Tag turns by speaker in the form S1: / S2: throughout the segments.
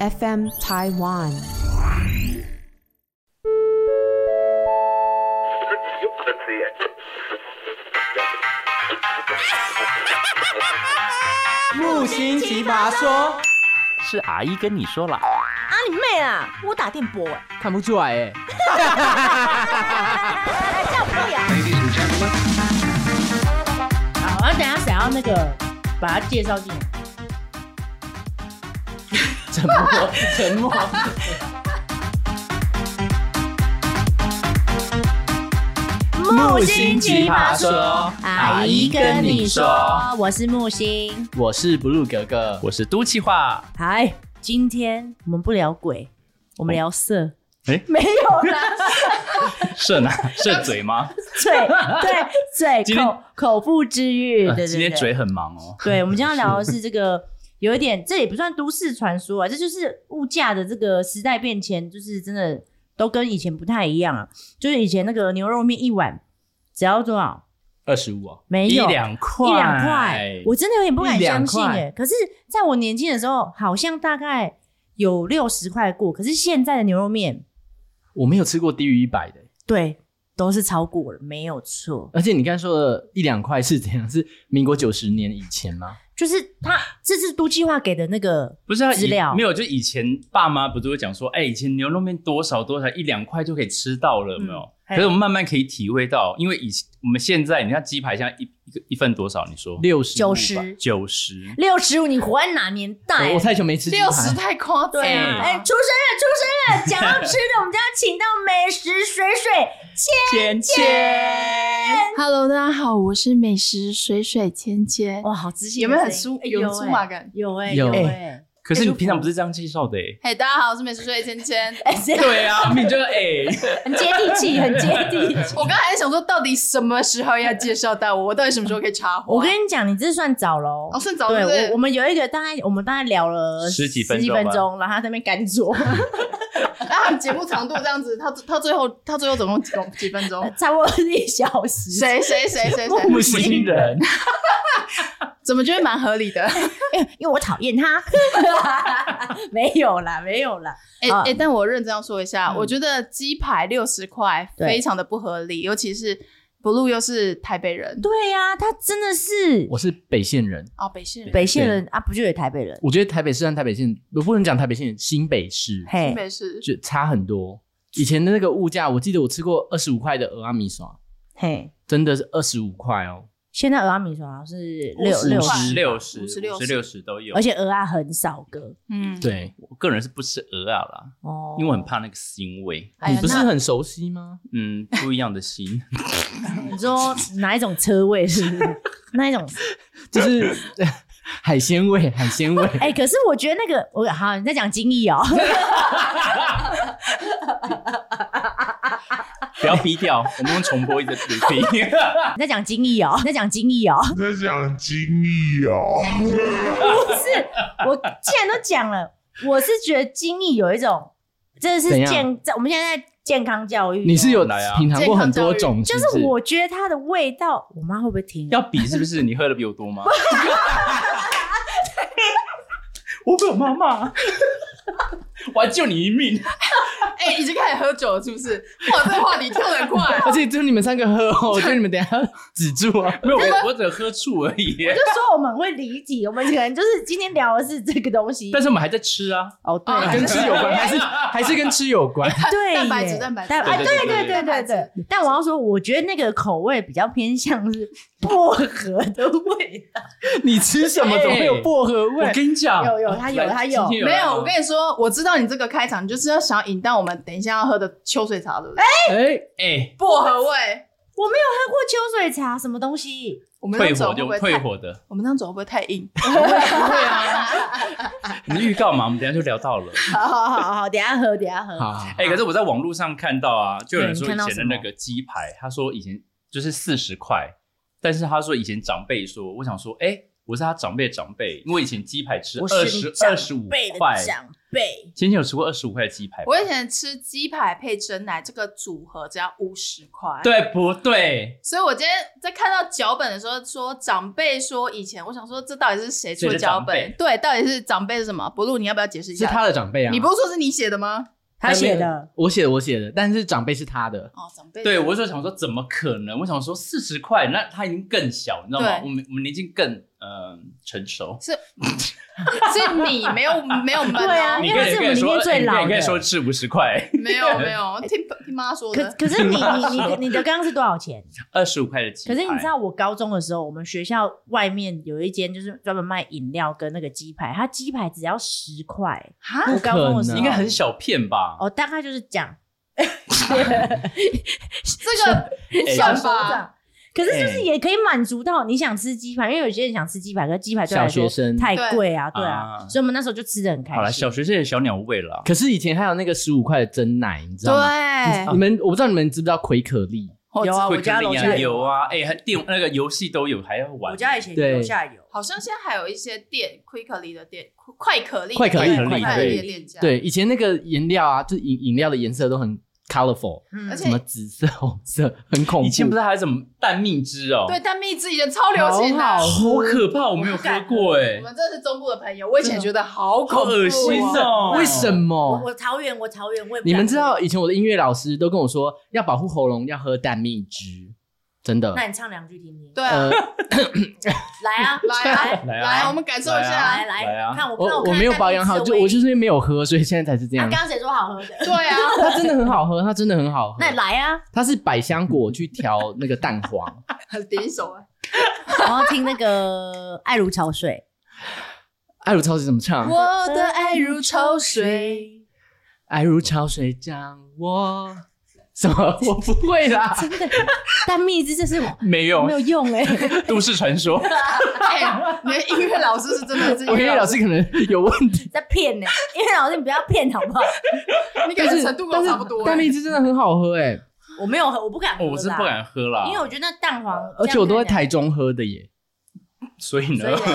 S1: FM Taiwan。
S2: Let's see it.
S3: 木星奇葩说，
S4: 是阿姨跟你说了，
S5: 啊你妹啊！我打电波哎、
S3: 看不出来哎。
S5: 欸，叫不呀？
S6: 好，然后等一下想要那个把他介绍进来。
S3: 沉默，沉 默。木星奇葩说，阿姨跟你说，
S6: 我是木星。
S3: 我是 blue 格格，
S4: 我是都气话。
S6: 嗨，今天我们不聊鬼，我们聊
S3: 哦
S6: 色。
S4: 哎
S6: 没有啦，
S4: 射哪？射啊嘴吗？
S6: 嘴
S4: 今
S6: 对嘴
S4: 天
S6: 口口腹之欲，
S3: 啊
S4: 啊
S6: 对对对。
S4: 今天嘴很忙哦。
S6: 对，我们今天要聊的是这个，有一点这也不算都市传说啊，这就是物价的这个时代变迁，就是真的都跟以前不太一样啊。就是以前那个牛肉面一碗只要多少？
S3: 二十五哦，
S6: 没有
S4: 一两块，
S6: 一两块，我真的有点不敢相信
S3: 一两
S6: 哎、
S3: 块
S6: 可是在我年轻的时候，好像大概有六十块过，可是现在的牛肉面，
S3: 我没有吃过低于一百的。
S6: 对，都是超过了，没有错。
S3: 而且你刚才说的一两块是怎样？是民国九十年以前吗？
S6: 就是他这是都计划给的那个
S4: 不是啊，以
S6: 资料
S4: 没有，就以前爸妈不都会讲说，哎，以前牛肉面多少多少，一两块就可以吃到了，有没有
S6: 嗯？
S4: 可是我们慢慢可以体会到，因为以前我们现在，你看鸡排现在一一个一份多少？你说
S3: 六十、
S6: 九，十
S4: 九十？
S6: 六十五，你活在哪年代？
S3: 我我太久没吃鸡
S7: 六十
S3: 排。
S7: 太夸张
S6: 对啊，
S7: 了，
S6: 哎、出生了， 出生了！讲到吃的，我们就要请到美食水水
S4: 芊芊，
S7: Hello，大家好，我是美食水水芊芊。
S6: 哇，好自信
S7: 有
S6: 的声
S7: 没有
S6: 音，
S7: 很酥
S6: 哎
S7: 有
S6: 有
S7: 酥
S6: 哎
S7: 麻感
S6: 有哎、
S3: 有
S6: 有哎、
S4: 可是你平常不是这样介绍的哎。
S7: 嘿大家好，我是美食水水芊 芊。
S6: 哎、谁
S4: 对啊， 你就哎，
S6: 很接地气，很接地 气。
S7: 我刚才想说，到底什么时候要介绍到我？我到底什么时候可以插话？
S6: 我跟你讲，你这算早喽、
S7: 哦，算早
S6: 对
S7: 是不是
S6: 我，我们有一个大概，我们大概聊了
S4: 十几分
S6: 十几
S4: 钟
S6: 分
S4: 吧
S6: 钟，然后他在那边干坐，？
S7: 然后他们节目长度这样子，他他最后他最后总共几公几分钟
S6: 呃 差不多是一小时。
S7: 谁谁谁谁谁？
S4: 木星人，
S7: 怎么觉得蛮合理的？
S6: 因为因为我讨厌他， 没有啦，没有啦。
S7: 哎
S6: 啊
S7: 哎，但我认真要说一下，
S6: 嗯
S7: 我觉得鸡排六十块
S6: 对
S7: 非常的不合理，尤其是 Blue 又是台北人
S6: 对呀、他真的是
S3: 我是北县人，
S7: 哦，北县人，
S6: 北县人啊，不就有台北人？
S3: 我觉得台北市和台北县，我不能讲台北县，新北市
S6: 嘿
S7: 新，北市
S3: 就差很多。以前的那个物价，我记得我吃过二十五块的俄阿米爽，
S6: 嘿，
S3: 真的是二十五块哦。
S6: 现在鹅阿米好像是六
S7: 50
S6: 六
S7: 块
S6: 十，
S4: 六十、
S7: 五十
S4: 六十、
S7: 六
S4: 六十都有，
S6: 而且鹅啊很少个
S7: 嗯，
S3: 对，
S4: 我个人是不吃鹅啊啦，
S6: 哦，
S4: 因为我很怕那个腥味。
S7: 哎
S3: 你
S7: 呀
S3: 不是
S7: 那
S3: 很熟悉吗？
S4: 嗯，不一样的腥。
S6: 你说哪一种车位是不是那一种？
S3: 就是 海鲜味，海鲜味。
S6: 哎，可是我觉得那个我好，你在讲精益哦，
S4: 不
S6: 哎
S4: 要逼掉，我们用重播一直 比拼。
S6: 你在讲精益哦， 你在讲精益哦，
S8: 在讲经历哦。
S6: 不是，我既然都讲了，我是觉得精益有一种真的是
S3: 怎样
S6: 健，在我们现在在健康教育哦，
S3: 你是有
S4: 来啊
S3: 品尝过很多种，
S6: 就是是
S3: 不
S6: 我觉得它的味道，我妈会不会听？
S4: 要比是不是？你喝的比我多吗？ 我被我妈骂，我还救你一命。
S7: 哎、已经开始喝酒了，是不是？哇，这个话题跳得很快。 啊
S3: 而且就你们三个喝哦，我觉得你们等一下止住 啊。
S4: 没有，我我只喝醋而已。
S6: 就说我们会理解，我们可能就是今天聊的是这个东西
S4: 但是我们还在吃啊，
S6: 哦，对
S7: 哦
S6: 啦，
S3: 跟吃有关，还是还是跟吃有 关。
S6: 对耶，
S7: 蛋白质蛋白质
S6: 蛋啊，
S4: 对
S6: 对
S4: 对对
S6: 对对对对。但我要说，我觉得那个口味比较偏向是薄荷的味道。
S3: 你吃什么怎么会有薄荷
S4: 我
S3: 味？
S4: 跟你讲，
S6: 有有它有
S4: 来
S6: 它有
S4: 今天
S7: 没
S4: 来
S7: 有，
S4: 啊
S7: 我跟你说，我知道你这个开场就是要想要引到我们等一下要喝的秋水茶，对不对？
S3: 哎，
S4: 哎，
S7: 薄荷味，
S6: 我没有喝过秋水茶，什么东西？
S7: 我们那
S4: 退
S7: 样走
S4: 火
S7: 会
S4: 就
S7: 不会
S4: 退
S7: 太？
S4: 火的，
S7: 我们那样走会不会太硬？
S4: 你预告嘛，我们等一下就聊到了。
S6: 好好好好，等一下喝，等一下喝。
S3: 好，好
S4: 哎，可是我在网络上看到啊，就有人说
S6: 嗯对你看到
S4: 以前的
S6: 什么
S4: 那个鸡排，他说以前就是四十块，但是他说以前长辈说，我想说，哎、我是他长辈的长辈，因为以前鸡排吃
S6: 我
S4: 二
S6: 是
S4: 十
S6: 你长
S4: 二十五
S6: 辈的
S4: 块，
S6: 长
S5: 倍，
S4: 先前有吃过二十五块的鸡排吧，
S7: 我以前吃鸡排配真奶这个组合只要五十块，，
S4: 对不对？
S7: 所以我今天在看到脚本的时候说长辈说以前，我想说这到底是谁出的脚
S4: 谁
S7: 本
S4: 的长辈？
S7: 对，到底是长辈是什么？不露，你要不要解释一
S2: 是
S7: 下？
S2: 他的长辈啊，
S7: 你不是说是你写的吗？
S6: 他写
S2: 哎没有
S6: 的，
S2: 我写的，我写的，但是长辈是他的，
S7: 哦，长辈
S4: 对，我就想说怎么可能？我想说四十块，那它已经更小，你知道吗？
S7: 对
S4: 我们我们年纪更呃成熟。
S7: 是你没有没有 闷哦
S6: 对啊
S4: 你
S6: 因为
S4: 可以
S6: 是
S4: 可以
S6: 我们里
S4: 说
S6: 面最
S4: 哎你可以
S6: 老的
S4: 可以说吃五十块，
S7: 没 有没有，听听妈说
S6: 可
S7: 的，
S6: 可是你你你你的刚刚是多少钱？
S4: 二十五块的鸡
S6: 可
S4: 排。
S6: 是你知道，我高中的时候，我们学校外面有一间就是专门卖饮料跟那个鸡排，它鸡排只要十块。
S7: 哈
S6: 我高中的时候
S4: 应该
S2: 啊
S4: 很小片吧？
S6: 哦，大概就是讲
S7: 这个不
S4: 哎
S7: 算吧？
S6: 可是
S2: 哎
S6: 就是也可以满足到你想吃鸡排，因为有些人想吃鸡排，可是鸡排对我来
S2: 小学
S6: 说
S2: 生
S6: 太贵啊，
S4: 对
S6: 对啊，
S4: 啊
S6: 所以我们那时候就吃的很开
S4: 好了，
S6: 心
S4: 小。学生的小鸟胃了。
S2: 可是以前还有那个十五块的真奶，你知道吗？
S7: 对，
S2: 你们我不知道你们知不知道葵可粒，
S7: 我
S6: 有啊，
S4: 会
S6: 我家
S4: 可
S6: 楼
S4: 以
S6: 下
S4: 啊有，啊，哎、还电那个游戏都有，还要玩。
S6: 我家以前
S2: 对
S6: 楼下有。
S7: 好像现在还有一些店，Quickly 的店，快可丽，
S2: 快可
S4: 丽
S7: 快可丽的
S4: 对
S7: 店家，，
S6: 啊
S2: 对，以前那个饮料啊，就是饮饮料的颜色都很 colorful，
S6: 嗯
S7: 而且
S2: 什么紫色、红色，很恐怖。
S4: 以前不是还有什么蛋蜜汁哦、
S7: 对，但蜜汁以前超流行的，
S6: 好好
S4: 好可怕，我没有喝过哎、
S7: 我们这是中部的朋友，我以前觉得好
S4: 好
S7: 恐怖
S4: 恶心
S7: 哦。
S4: 哦、
S2: 为什
S6: 我
S2: 么？
S6: 我桃园，我桃园，我也 不
S2: 你们
S6: 敢
S2: 知道以前我的音乐老师都跟我说，要保护喉咙，要喝蛋蜜汁，真的
S6: 喝？。那你唱两句听听。
S7: 对
S2: 呃，
S7: 啊，
S6: 来啊，
S7: 来啊
S4: 来啊
S7: 来，我们感受一
S4: 来
S7: 下
S6: 来
S7: 啊。
S6: 来
S4: 来啊
S6: 看我看
S2: 我
S6: 我。
S2: 我没有保养好，就我就是是因为没有喝，所以现在才是这
S6: 啊，
S2: 样
S6: 刚。刚谁说好喝的？
S7: 对啊，
S2: 它真的很好喝，它真的很好喝。
S6: 那来 啊！
S2: 它是百香果去调那个蛋黄，
S7: 点一首 啊，
S6: 然后听那个《爱如潮水
S2: 爱如潮水怎么唱？
S7: 我的爱如潮水，
S2: 爱如潮水涨我。什么？我不会啦，》，
S6: 但蜜汁 这是
S4: 没有
S6: 没有用哎、
S4: 都市传 说，
S7: 哎，你的音乐老师是真的是
S2: 我音乐老，师可能有问题，
S6: 在骗 呢、因为老师你不要骗好不好？
S7: 你感
S2: 但
S7: 觉
S2: 是
S7: 程度跟
S2: 但
S7: 我
S2: 是
S7: 差不多。欸
S2: 蛋蜜汁真的很好喝哎，
S6: 我没有喝，我不敢喝、
S4: 哦我是不，敢喝啦。
S6: 因为我觉得那蛋黄，
S2: 而且我都在，台中喝的耶。哎
S4: 所以呢
S6: 所以，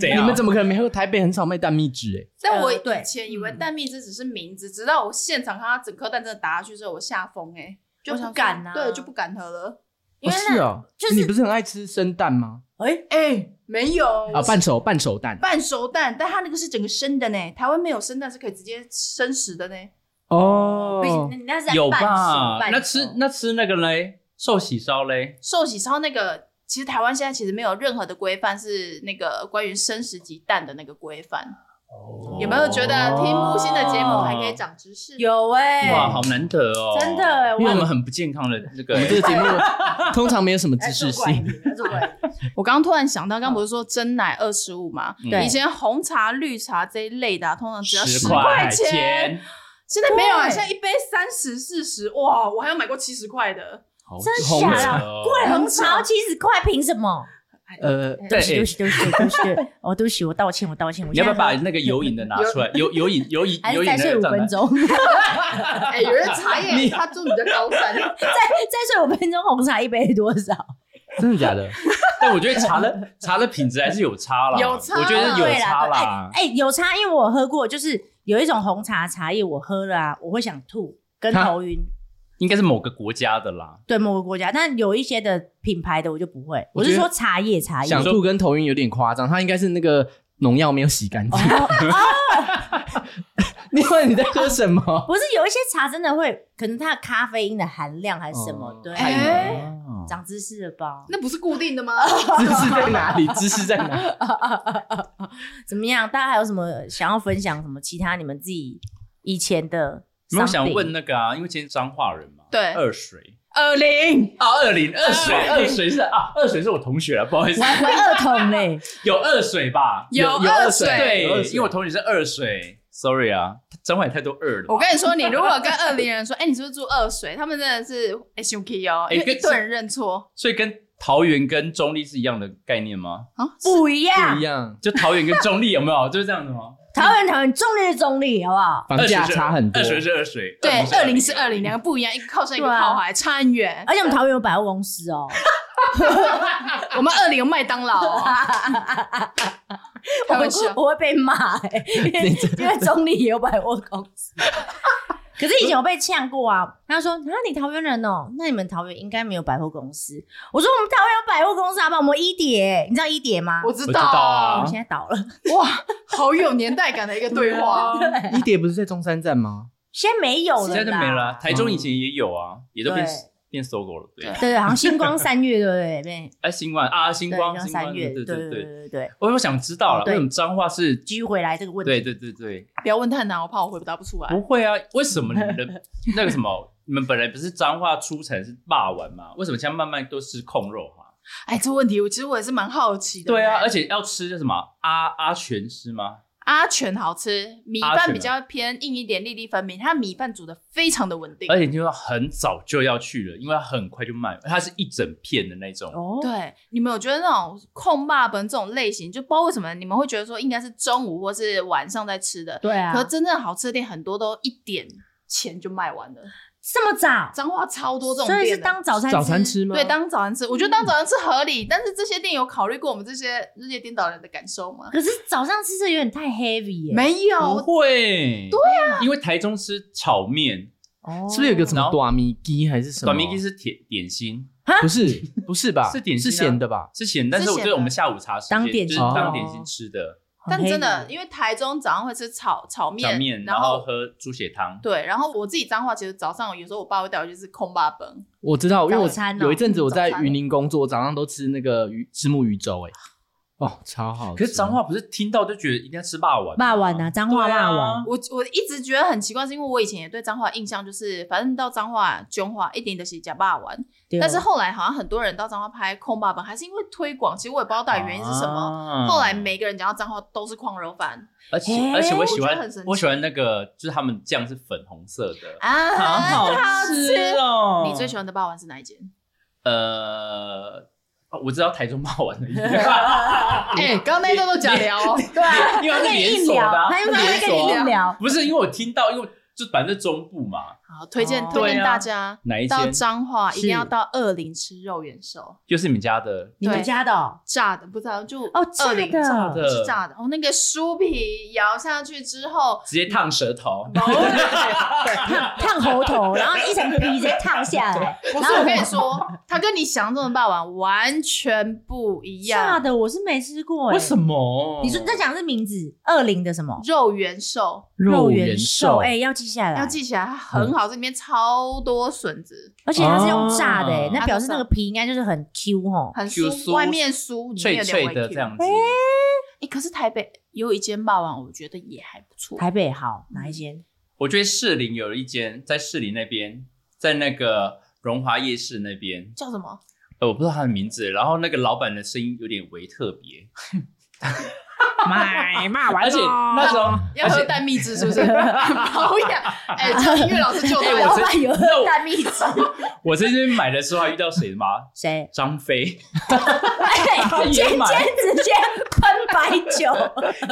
S4: 怎
S2: 你
S4: 样？
S2: 们怎么可能没喝？台北很少卖蛋蜜汁欸
S7: 但我
S6: 呃对
S7: 以前以为蛋蜜汁只是名字，直到我现场看它整颗蛋真的打下去之后，我吓疯哎，
S6: 就
S7: 我想说
S6: 不敢啊
S7: 对，就不敢喝了。
S2: 哎，
S6: 因
S2: 哦
S6: 为那
S2: 是哦，
S6: 就是
S2: 你不是很爱吃生蛋吗？
S6: 哎、
S7: 哎，没有
S2: 啊，半熟半熟蛋
S7: 半熟蛋，但它那个是整个生的呢，台湾没有生蛋是可以直接生食的呢。
S6: 不行，
S2: 哦
S6: 那，你那是在
S4: 有
S6: 半熟
S4: 吧
S6: 半？熟
S4: 那
S7: 哦
S4: 吃那吃那个嘞，寿喜烧嘞，
S7: 寿喜烧那个，其实台湾现在其实没有任何的规范是那个关于生食及蛋的那个规范。有没有觉得听木星的节目还可以长知识？
S6: 有哎、
S4: 哦哇，好难得哦，
S6: 真的哎我
S4: 因为我们很不健康的这个
S2: 我们这个节 目通常没有什么
S6: 哎
S2: 知识
S6: 做怪
S2: 性
S6: 你。了做怪 你
S7: 我刚刚突然想到，刚刚不是说真奶二十五吗？
S4: 嗯
S6: 对
S7: 以前红茶、绿茶这一类的啊、通常只要
S4: 十
S7: 十
S4: 块
S7: 块
S4: 钱，
S7: 现在没有啊，
S6: 对
S7: 现在一杯三十、四十，哇，我还有买过七十块的。
S6: 真假的
S4: 哦
S6: 贵红潮七十块，凭什么？
S2: 呃，
S6: 对
S4: 对
S6: 不起，对不起，对不起，对不起，对不起哦我对不起，我道歉，我道歉。我
S4: 哎你要不要把
S6: 现在喝
S4: 那个油饮的拿出来？油油饮油饮
S6: 还
S4: 油
S6: 是
S4: 饮的
S6: 再睡五
S4: 站
S6: 分
S4: 来
S6: 钟？
S7: 哎，有人茶叶，他住比较高山，
S6: 再再睡五分钟，红茶一杯多少？
S2: 真的假的？
S4: 但我觉得茶的茶的品质还是有差啦，
S7: 有差
S4: 我觉得有
S6: 对
S4: 差
S6: 啦，对
S4: 啦。
S6: 哎、哎有差，因为我喝过，就是有一种红茶茶叶，我喝了啊，我会想吐跟头晕。
S4: 应该是某个国家的啦。
S6: 对某个国家，但有一些的品牌的我就不会，我
S2: 我觉
S6: 是
S2: 得
S6: 说茶叶茶叶。
S2: 想吐跟头晕有点夸张，它应该是那个农药没有洗干净。哦 另外你在喝什么？
S6: 不是有一些茶真的会，可能它的咖啡因的含量还是什么，
S2: 哦
S6: 对，
S7: 太浓
S4: 哦
S6: 哎长知识了吧？
S7: 那不是固定的吗？
S2: 知识在哪里？知识在哪？
S6: 怎么样？大家还有什么想要分享？什么其他你们自己以前的？
S4: 没有想问，那个啊，因为今天彰化人嘛，
S7: 对
S4: 二水
S7: 二零，
S4: 啊，二零二水二水是啊，二水是我同学啊，不好意思
S6: 我，还二筒 嘞，
S4: 有二水吧？
S7: 有
S2: 有
S7: 二
S2: 二
S7: 水
S2: 水
S4: 对
S2: 有二，
S4: 因为我同学是二水，sorry 啊，彰化也太多二了
S6: 哦
S4: 吧。
S7: 我跟你说，你如果跟二零人说，哎、你是不是住二水？他们真的是哎凶 K 哦，
S4: 哎
S7: 因为
S4: 跟
S7: 一堆人认错
S4: 所以跟桃园跟中立是一样的概念吗？
S7: 啊。
S6: 不一
S2: 不
S6: 样
S2: 一。样，
S4: 就桃园跟中立有没有？就是 这样的吗？
S6: 台湾台湾中立是中立，好不好？
S2: 房价
S4: 20是
S2: 差很多
S4: 二。水是二水，
S7: 对，二零
S4: 零
S7: 是二零，两个不一样，一个靠山，一个
S6: 对啊
S7: 靠海，差很远。
S6: 而且我们桃园有百货 公司哦。
S7: 我们二零有麦当劳、哦，开
S6: 我
S7: 玩笑
S6: 会我会被骂、 欸，因为因为中立也有百货公司。可是以前我被呛过啊，他说：“啊，你桃园人哦，那你们桃园应该没有百货公司。”我说：“我们桃园有百货公司，好不好？我们一蝶，你知道一蝶吗？”
S7: 我知
S4: 我知道啊
S6: 我现在倒了，
S7: 哇，好有年代感的一个对话。
S2: 一蝶不是在中山站吗？
S6: 现在没有了，
S4: 现在就没了啊。。台中以前也有啊，也都变
S6: 对
S4: 变搜狗了，对。
S6: 对对，好像星光三月，对不对？对
S4: 哎，星光啊，星
S6: 对，
S4: 光，
S6: 像
S4: 星光，
S6: 三月，
S4: 对
S6: 对对
S4: 对。
S6: 对对。
S4: 我我想知道了
S6: 哦，对
S4: 为什么脏话是？
S6: 继续回来这个问题，
S4: 对对对对，
S7: 不要问太难，我怕我回答不出来
S4: 不。会啊，为什么你们 的那个什么，你们本来不是脏话出产是霸王吗？为什么现在慢慢都吃控肉化？
S7: 哎，这问题我其实我也是蛮好奇的。
S4: 对啊，而
S7: 且
S4: 且要吃叫什么阿阿全是吗？
S7: 阿全好吃，米
S4: 阿全
S7: 饭
S4: 啊
S7: 比较偏硬一点，粒粒分明，它米饭煮的非常的稳定。
S4: 而且听说很早就要去了，因为它很快就卖完，它是一整片的那种。
S6: 哦，
S7: 对，你们有觉得那种控霸本这种类型，就不知道为什么你们会觉得说应该是中午或是晚上在吃的，
S6: 对啊
S7: 可是真正好吃的店很多都一点前就卖完了，
S6: 这么早，
S7: 彰化超多这
S6: 所
S7: 种店的，啊
S6: 以是当早餐
S2: 早餐吃吗？
S7: 对当早餐吃，我觉得当早餐吃合理，但是这些店有考虑过我们这些日夜颠倒人的感受吗？
S6: 可是早上吃这有点太 heavy 耶、
S7: 没
S4: 不
S7: 有，
S4: 会，对啊，因为台中吃炒面，
S6: 哦
S2: 是不是有个什
S4: 然
S2: 么
S4: 后
S2: 短米鸡还是什么？
S4: 短面筋是点点心，
S2: 不是不是吧？
S4: 是点心啊
S2: 是咸的吧？
S4: 是咸，但是
S7: 是
S4: 我
S7: 咸
S4: 觉得我
S7: 的
S4: 们下午茶时间
S6: 当点
S4: 就
S6: 心
S4: 是
S2: 哦
S4: 当点心吃的
S7: 但真的，
S6: 很 heavy
S7: 因为台中早上会吃炒炒面，
S4: 炒面，
S7: 然
S4: 然后喝猪血汤。
S7: 对，然后我自己彰化，其实早上有时候我爸会带我去吃空霸本，
S2: 我知道，因为我
S6: 早餐哦
S2: 有一阵子我在
S7: 早餐
S2: 云林工作，早上都吃那个鱼吃木鱼粥，哎，哦，超好吃。
S4: 可是脏话不是听到就觉得一定要吃霸王
S6: 霸碗啊，脏话
S4: 对
S6: 霸
S4: 啊
S6: 碗，
S7: 我我一直觉得很奇怪，是因为我以前也对彰化印象就是，反正到彰化、中化一定都是假霸丸，
S6: 对哦
S7: 但是后来好像很多人到彰化拍空霸本，还是因为推广，其实我也不知道到底原因是什么。
S4: 么
S7: 后来每个人讲到彰化都是矿肉饭
S4: 啊而且
S6: 欸
S4: 而且我喜
S7: 我觉
S4: 欢
S7: 得很神奇
S4: 我喜欢那个，就是他们酱是粉红色 的，
S7: 啊，
S4: 好好吃哦。
S7: 你最喜欢的霸丸是哪一间？
S4: 呃，哦我知道台中霸王的意思，
S7: 哎、刚刚那一段都假聊哦，对啊，
S4: 因为它
S6: 他
S4: 是
S6: 跟你
S4: 连
S6: 硬
S4: 锁的
S6: 聊，
S4: 啊，
S6: 他又
S4: 它是
S6: 在那
S4: 连
S6: 跟你
S4: 锁
S6: 硬
S4: 啊。
S6: 聊，
S4: 不是因为我听到，因为就反正中部嘛，
S7: 好，推荐、
S6: 哦
S7: 推荐
S4: 对啊
S7: 大家。
S4: 哪一
S7: 到
S4: 间？
S7: 彰化一定
S2: 是
S7: 要到二林吃肉圆寿，
S4: 又是你们家的
S6: 你们家的哦，
S7: 炸的不知道就
S6: 哦炸
S7: 二林
S6: 的
S7: 炸
S4: 炸的
S7: 是炸的哦，那个酥皮咬下去之 后，
S4: 直接烫舌 头，
S6: 烫 烫喉头，然后一层皮直接烫下来，
S7: 不是，我跟你说，它跟你想象中的霸王完全不一
S6: 炸
S7: 样。
S6: 的我是没吃过、欸，
S4: 为什？么？
S6: 你说你在讲的是名字二零的什么
S7: 肉圆寿
S6: 圆
S2: 寿
S6: 哎、要记下来，
S7: 要记起来，它很好，这里面超多笋子，
S6: 而且它是用炸的、欸
S4: 哦
S6: 那表示那个皮应该就是很 Q 吼。
S7: 很
S4: Q 酥
S7: 酥，外面酥，里面
S4: 脆
S7: 有
S4: 脆
S7: 点
S4: 的
S7: 微 Q
S4: 这样。子？
S7: 哎，可是台北也有一间霸王，我觉得也还不错。
S6: 台北好哪一间？
S4: 我觉得士林有一间，在士林那边，在那个荣华夜市那边，
S7: 叫什么？
S4: 呃，我不知道他的名字。然后那个老板的声音有点微特别，
S6: 买骂完
S4: 而且那时候，
S7: 要喝蛋蜜汁是不 是？保 养，哎，叫音乐老师救
S4: 哎，
S7: 对
S4: 我
S6: 老
S7: 我。
S6: 板
S4: 曾
S6: 有喝
S4: 那我
S6: 蛋蜜汁，
S4: 我在这边买的时候还遇到谁吗？
S6: 谁？
S4: 张飞，
S6: 哎
S4: 也
S6: 尖尖
S4: 买
S6: 子直接喷白酒，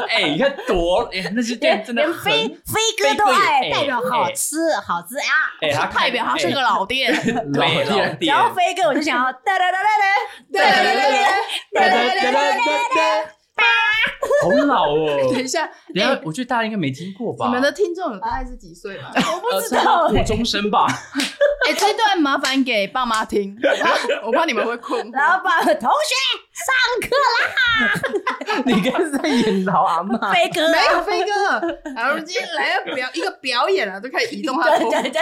S4: 哎，你看多，哎，那是店
S6: 连
S4: 真的
S6: 连
S4: 很，
S6: 飞飞哥都爱，
S4: 哎
S6: 代表好吃好吃啊！
S4: 哎，他哎
S7: 代表它是个老店，
S4: 对
S2: 老
S4: 老
S6: 然后飞哥我就想要哒哒哒 哒哒，
S7: 对对对对
S2: 哒哒哒哒哒哒
S4: 好老
S7: 对。
S4: 哦。
S7: 等一下，
S4: 然后我觉得大家应该没听过吧？呃
S7: 你们的听众有大概是几岁吧？
S4: 我不知道国中生吧？
S7: 哎、这一段麻烦给爸妈听，我怕我怕你们会困惑。
S6: 老板同学上课
S2: 你刚是在演老阿
S6: 了，
S2: 妈，
S6: 飞哥
S7: 没有飞哥，然后今天来个表一个表演啊，就开始移动他的头
S6: 对
S7: 发。
S6: 对对，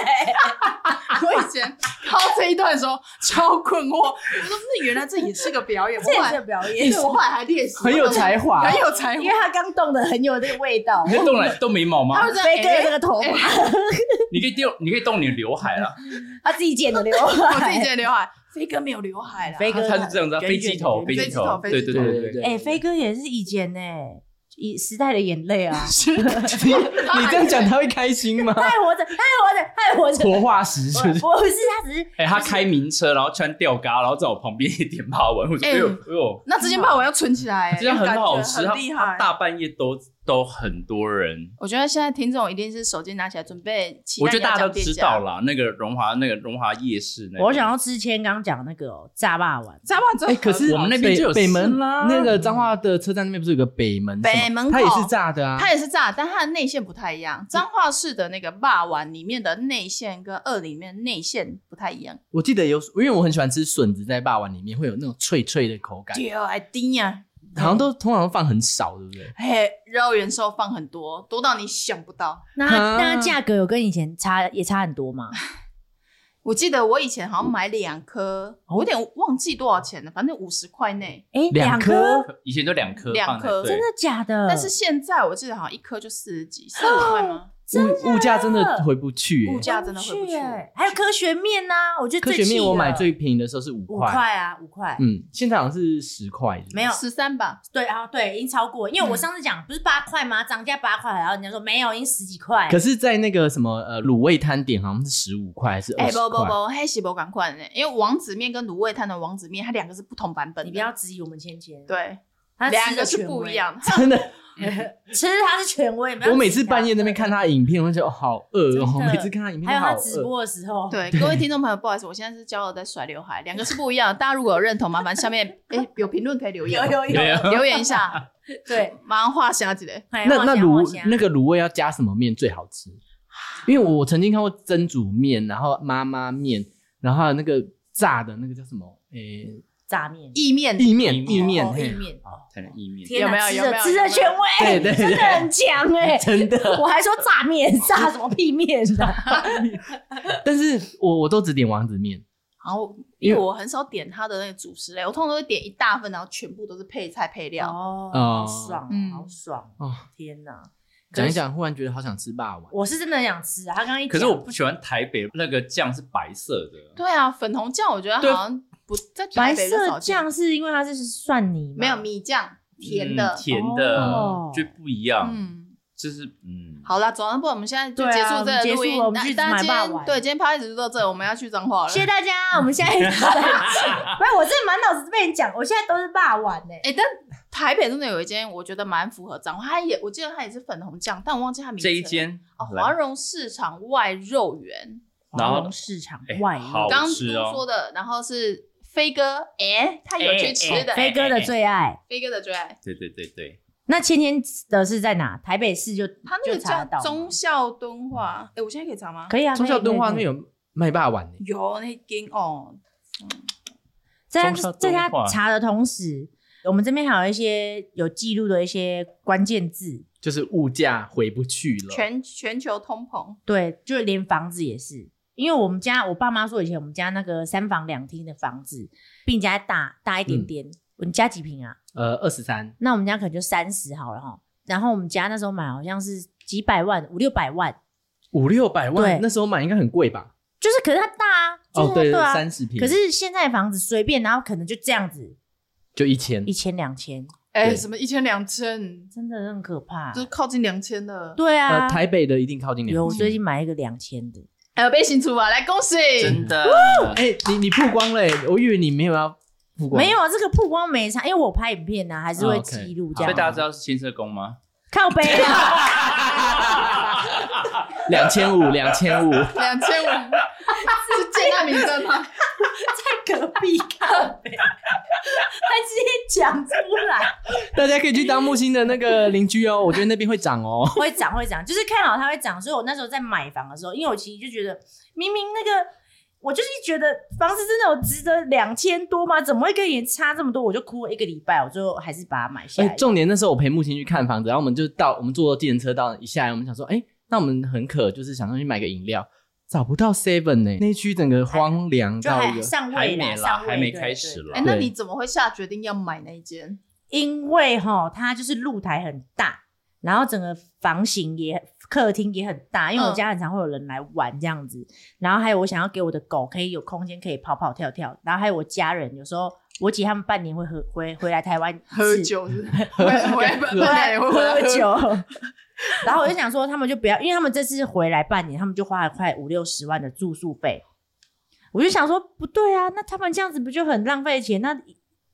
S7: 我以前看到这一段的时候超困惑，我说这原来这也是个表演，我后
S6: 这是
S7: 来
S6: 表演
S7: 对，我后来还练习，
S2: 很有才华
S7: 很有才
S6: 因
S7: 华
S6: 为。他刚动的很有这个味道
S4: 你。可以动来动眉毛吗
S7: 他？们在
S6: 飞哥的这个头
S7: 哎
S6: 发，
S4: 你可以动，你可以动你的刘海啊啦。
S6: 他自己剪的刘
S7: 我自己
S6: 海。
S7: 剪刘海，飞哥没有刘海啦。
S6: 飞哥
S4: 他是这样子啊，
S6: 卷
S4: 飞机头，飞
S6: 卷
S7: 卷
S4: 机头，
S7: 飞
S4: 对
S7: 机
S4: 对
S7: 头
S4: 对
S2: 对
S4: 对
S2: 对
S4: 对。
S2: 对，
S6: 哎，飞哥也是以前呢，以时代的眼泪啊，
S7: 啊
S2: 你这样讲他会开心吗
S6: 他？还活着，他还活着， 他还活着。
S2: 活化石是不是？
S6: 我不是，他只是
S4: 哎，他开名车，然后穿吊嘎，然后在我旁边也点八碗，我说
S7: 哎
S4: 哎呦哎呦，
S7: 那这件霸我要存起来、哎
S4: 这样很好
S7: 感觉
S4: 吃，
S7: 很
S4: 他
S7: 厉
S4: 他
S7: 害。
S4: 大半夜都都很多人，
S7: 我觉得现在听众一定是手机拿起来准备期待
S4: 我觉得大家
S7: 要
S4: 都
S7: 讲店
S4: 知
S7: 家
S4: 道。啦。那个荣华，那个荣华夜市那个，
S6: 我想要吃千刚讲那个哦炸霸丸，
S7: 炸霸最
S2: 哎，可是
S4: 我们那边
S2: 北
S4: 就有
S2: 北门
S4: 事啦
S2: 那个彰化的车站那边不是有个北门什么？
S7: 北门口
S2: 它也是炸的啊。
S7: 它也是炸，但它的内馅不太一样。彰化市的那个霸丸里面的内馅跟二里面内馅不太一样。
S2: 我记得有，因为我很喜欢吃笋子，在霸王里面会有那种脆脆的口感，
S7: 对啊，哎丁呀，
S2: 好像都通常放很少，对不对？
S7: 嘿，肉圆寿放很多，多到你想不到。
S6: 那
S2: 啊
S6: 它那它价格有跟以前差也差很多 吗？
S7: 我记得我以前好像买两颗，我有点忘记多少钱了，反正五十块内。
S6: 哎，
S2: 两颗
S6: 颗，
S4: 以前就两颗
S7: 两
S4: 放在，
S7: 颗
S4: 对
S6: 真的假的？
S7: 但是现在我记得好像一颗就四十几，四十块吗？
S2: 物物价真的回不去、
S7: 物
S2: 欸。
S7: 价真的回不去。
S6: 哎还有科学面呐，我觉得
S2: 科学
S6: 最气
S2: 面我
S6: 的
S2: 买最便宜的时候是五
S6: 五
S2: 块，
S6: 块啊，五块，
S2: 嗯，现在好像是十块，是不是
S6: 没有
S7: 十三吧，
S6: 对啊，对，已经超过，因
S2: 嗯
S6: 为我上次讲不是八块吗？涨价八块，然后人家说没有，已经十几块。
S2: 可是，在那个什么呃卤味摊点，好像是十五块还是
S7: 哎、
S2: 二十
S7: 不不
S2: 块？
S7: 不，黑喜不赶快呢，因为王子面跟卤味摊的王子面，它两个是不同版本
S6: 你
S7: 的。
S6: 不要质疑我们芊芊，
S7: 对，
S6: 他
S7: 两个是不一。 样。
S2: 真的，
S6: 其实他是权威，不要
S2: 我每
S6: 质
S2: 次
S6: 疑他
S2: 半夜那边看他影片，我就觉得哦好饿哦。
S6: 真的
S2: 每次看他影片，
S6: 还有
S2: 好
S6: 他直
S2: 饿。
S6: 播的时候，
S7: 对，各位听众朋友，不好意思，我现在是骄傲在甩刘海，两个是不一样的。大家如果有认同，麻烦下面哎、有评论可以留言
S6: 有
S7: 哦，
S6: 有有，
S4: 对
S7: 留言一下，
S6: 对。
S7: 马上画下几 嘞。
S6: 哎
S2: 那那
S6: 往
S2: 卤
S6: 下
S2: 那个卤味要加什么面最好吃？因为我曾经看过蒸煮面，然后妈妈面，然后还有那个炸的那个叫什么？诶，
S6: 炸面
S7: 意面，
S2: 意面，意
S4: 意
S2: 面，
S4: 面
S6: 哦
S2: 嘿
S6: 意面，
S4: 好啊才能意面。
S6: 天哪
S7: 有没有
S6: 吃
S7: 有没
S6: 的
S7: 有
S6: 吃的权
S2: 对
S6: 威，
S2: 对
S6: 真
S2: 对。
S6: 的很强 哎
S2: 真的。
S6: 我还说炸面，炸什么屁面啊呢？
S2: 但是我我都只点王子面，
S7: 然后
S2: 因
S7: 因
S2: 为
S7: 为我很少点它的那个主食类，我通常都会点一大份，然后全部都是配菜配料。
S6: 哦，
S2: 哦
S6: 好爽
S7: 嗯，
S6: 好爽！
S2: 哦
S6: 天哪，
S2: 讲一讲，忽然觉得好想吃霸王。
S6: 我是真的很想吃啊。他刚刚一
S4: 可是
S6: 讲
S4: 我不喜欢台北那个酱是白色的，
S7: 对啊，粉红酱我觉得
S4: 对
S7: 好像不在
S6: 白
S7: 台北就
S6: 色
S7: 少见
S6: 酱是因为它是蒜泥吗，
S7: 没有 米酱，甜的
S4: 嗯。甜的、
S6: 哦
S4: 就不一样，
S7: 嗯
S4: 就是嗯，
S7: 好啦，总之不，我们现在就
S6: 对啊
S7: 结束这个录
S6: 我们结
S7: 音。
S6: 束了我们
S7: 那
S6: 去
S7: 大家今
S6: 买霸
S7: 天
S6: 王
S7: 对今天 p a r 就到这，我们要去彰化了。
S6: 谢谢大家，我们下一集 再见。不是，我真的满脑子被你讲，我现在都是霸欸碗呢、
S7: 哎、但台北真的有一间，我觉得蛮符合彰化，它也我记得它也是粉红酱，但我忘记它名字
S4: 这
S7: 了。
S4: 一间
S7: 哦，
S4: 来
S7: 华荣市场外肉圆，
S4: 然后
S6: 龙市场
S4: 哎
S6: 外
S4: 好
S7: 刚刚
S4: 吃
S7: 都
S4: 哦
S7: 说的，然后是飞哥，哎、他有去吃的，
S6: 飞哥的最爱。
S7: 飞哥的最爱，
S4: 对对对对，
S6: 那芊芊的是在哪？台北市就
S7: 他那个
S6: 就查
S7: 叫
S6: 得到吗
S7: 忠孝敦化，哎、我现在可以查吗？
S6: 可以啊，
S2: 中孝敦化那
S6: 可
S2: 边
S6: 以。
S2: 有卖霸王的，
S7: 有那间哦，
S6: 在
S4: 中孝
S6: 他在
S4: 敦化
S6: 他查的同时，我们这边还有一些有记录的一些关键字，
S2: 就是物价回不去了。
S7: 全全球通膨，
S6: 对，就连房子也是，因为我们家我爸妈说以前我们家那个三房两厅的房子，比你家大大一点
S2: 嗯
S6: 点。我们家几平啊？
S2: 呃，二十三，
S6: 那我们家可能就三十好了哈。然后我们家那时候买好像是几百万，五六百万，
S2: 五六百万
S6: 对，
S2: 那时候买应该很贵吧？
S6: 就是可是它大啊，就是、
S2: 哦，对，
S6: 啊。
S2: 三十平，
S6: 可是现在房子随便，然后可能就这样子，
S2: 就一千
S6: 一。千两千，
S7: 哎、
S2: 对
S7: 什么一千两千，
S6: 真的很可怕。
S7: 就是靠近两千的，
S6: 对啊，
S2: 呃，台北的一定靠近两千。
S6: 有我最近买一个两千的，
S7: 还有被新出吧，来恭喜，
S4: 真的，
S2: 哎、你你曝光了、欸，我以为你没有要曝光，
S6: 没有啊，这个曝光没差，因为我拍影片呢、啊，还是会
S2: 哦，OK
S6: 记录这
S4: 所
S6: 样。
S4: 以大家知道是新社工吗？
S6: 靠背啊，
S2: 两千五，两千五，
S7: 两千五， 是建大名正吗？
S6: 在隔壁靠 背，还直接讲出来，
S2: 大家可以去当木星的那个邻居哦，我觉得那边会涨哦。
S6: 会涨会涨，就是看好它会涨。所以我那时候在买房的时候，因为我其实就觉得，明明那个我就是觉得房子真的有值得两千多吗？怎么会跟你差这么多？我就哭了一个礼拜，我最后还 是啊把它买下
S2: 哎、
S6: 来。
S2: 重点那时候我陪木星去看房子，然后我们就到，我们坐计程车到一下来，我们想说，哎、那我们很渴，就是想说去买个饮料，找不到 Seven 呢、那一区整个荒凉
S6: 就
S2: 到一
S6: 还
S2: 个，
S6: 上
S4: 还
S6: 位
S4: 没
S6: 啦，
S4: 啦，
S6: 上位
S4: 还没
S6: 对
S4: 开
S6: 对
S4: 始
S6: 对
S4: 啦
S7: 哎、。那
S2: 对
S7: 你怎么会下决定要买那一间？
S6: 因为哈，它就是露台很大，然后整个房型也客厅也很大，因为我
S7: 嗯
S6: 家很常会有人来玩这样子。然后还有我想要给我的狗可以有空间可以跑跑跳跳，然后还有我家人有时候。我姐他们半年会回回回来台湾一次
S7: 喝，酒是不是？我我也不
S6: 回来
S7: 对，我
S6: 喝
S7: 我
S6: 酒。然后我就想说，他们就不要，因为他们这次回来半年，他们就花了快五六十万的住宿费。我就想说，不对啊，那他们这样子不就很浪费钱？那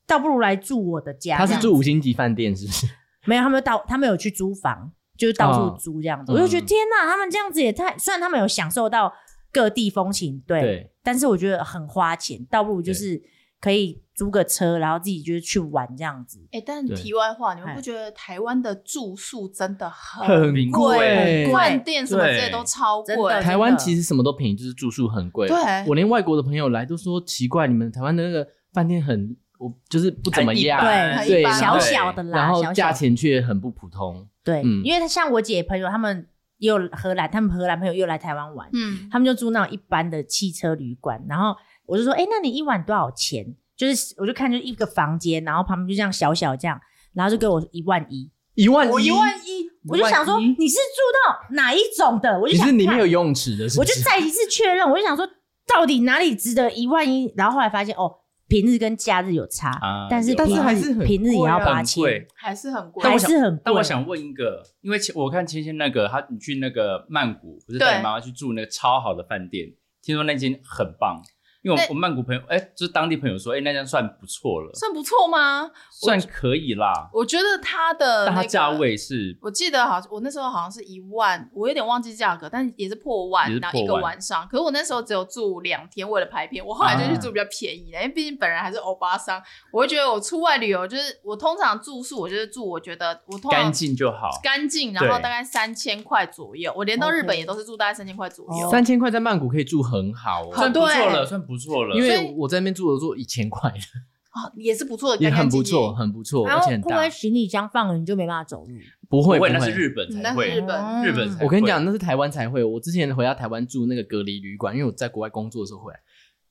S6: 倒不如来住我的家。
S2: 他是
S6: 这样
S2: 住五星级饭店是不是？
S6: 没有，他们到他们有去租房，就是到处
S2: 哦
S6: 租这样子。
S2: 嗯
S6: 我就觉得天哪，他们这样子也太……虽然他们有享受到各地风情，对，
S2: 对
S6: 但是我觉得很花钱，倒不如就是可以租个车，然后自己就是去玩这样子。
S7: 哎、但
S2: 对
S7: 题外话，你
S6: 哎
S7: 们不觉得台湾的住宿真的很
S2: 很
S7: 贵，
S2: 贵。
S7: 饭店什么之类
S4: 对
S7: 都超
S6: 真的
S7: 贵，
S2: 台湾其实什么都便宜，就是住宿很贵。
S7: 对
S2: 我连外国的朋友来都说奇怪，你们台湾的那个饭店很，我就是不怎么样，
S6: 对
S7: 很一对般
S6: 小
S7: 对
S6: 小的啦，
S2: 然后
S6: 小小
S2: 价钱却很不普通。
S6: 对，
S2: 嗯
S6: 因为他像我姐朋友他们也有荷兰，他们荷兰朋友又来台湾玩，
S7: 嗯，
S6: 他们就住那种一般的汽车旅馆，然后我就说，哎、那你一晚多少钱？就是我就看就一个房间，然后旁边就这样小小这样，然后就给我一万一，
S2: 一万一，
S6: 一，我就想说
S2: 一万一
S6: 你是住到哪一种的？我就
S2: 你
S6: 想
S2: 是里面
S6: 看
S2: 有游泳池的，是
S6: 我
S2: 不？
S6: 就是再一次确认，我就想说到底哪里值得一万一？然后后来发现哦，平日跟假日有差，
S4: 啊
S6: 但是
S4: 有
S2: 但是
S6: 平日
S2: 还是很
S6: 平日也要
S7: 贵啊
S6: 八
S4: 很
S6: 千
S4: 贵，。
S7: 还是很贵。
S4: 但
S6: 还
S4: 我想
S6: 是很贵。
S4: 但我想问一个，因为前我看芊芊那个，她你去那个曼谷，不是带你妈妈去住那个超好的饭店，听说那间很棒。因为我
S7: 那
S4: 我曼谷朋友，哎、就是当地朋友说，哎、那间算不错了，
S7: 算不错吗？
S4: 算可以啦，
S7: 我觉得它的、
S4: 但
S7: 那
S4: 它
S7: 个
S4: 价位是
S7: 我记得好，像我那时候好像是一万，我有点忘记价格，但也是破万
S4: 也，是
S7: 然
S4: 破
S7: 后
S4: 万
S7: 一个晚上。可是我那时候只有住两天，为了拍片，我后来
S4: 啊
S7: 就去住比较便宜的，因为毕竟本人还是欧巴桑，我会觉得我出外旅游就是我通常住宿，我就是住我觉得我通常
S4: 干净就好，
S7: 干净，然后
S4: 对
S7: 大概三千块左右，我连到日
S6: OK
S7: 本也都是住大概三千块左右。
S2: 哦三千块在曼谷可以住很好哦，
S4: 算不错
S7: 对
S4: 了，算不错了，
S2: 因
S7: 所
S2: 为
S7: 以
S2: 我在那边住的住一千块，
S7: 啊，也是不错的，
S2: 也
S7: 干干
S2: 很
S7: 净
S2: 不
S7: 净
S2: 错，。很不错，
S6: 然
S2: 而
S6: 后
S2: 且
S6: 会
S2: 很
S6: 不
S2: 大。
S6: 会行李箱放了你就没办法走路？
S2: 不
S4: 不
S2: 会
S4: 会，
S2: 不
S4: 那是日本
S7: 嗯
S4: 才
S7: 那是
S4: 会，
S7: 日本
S6: 哦
S4: 日本才会
S2: 我跟你讲，那是台湾才会。我之前回到台湾住那个隔离旅馆，因为我在国外工作的时候回来，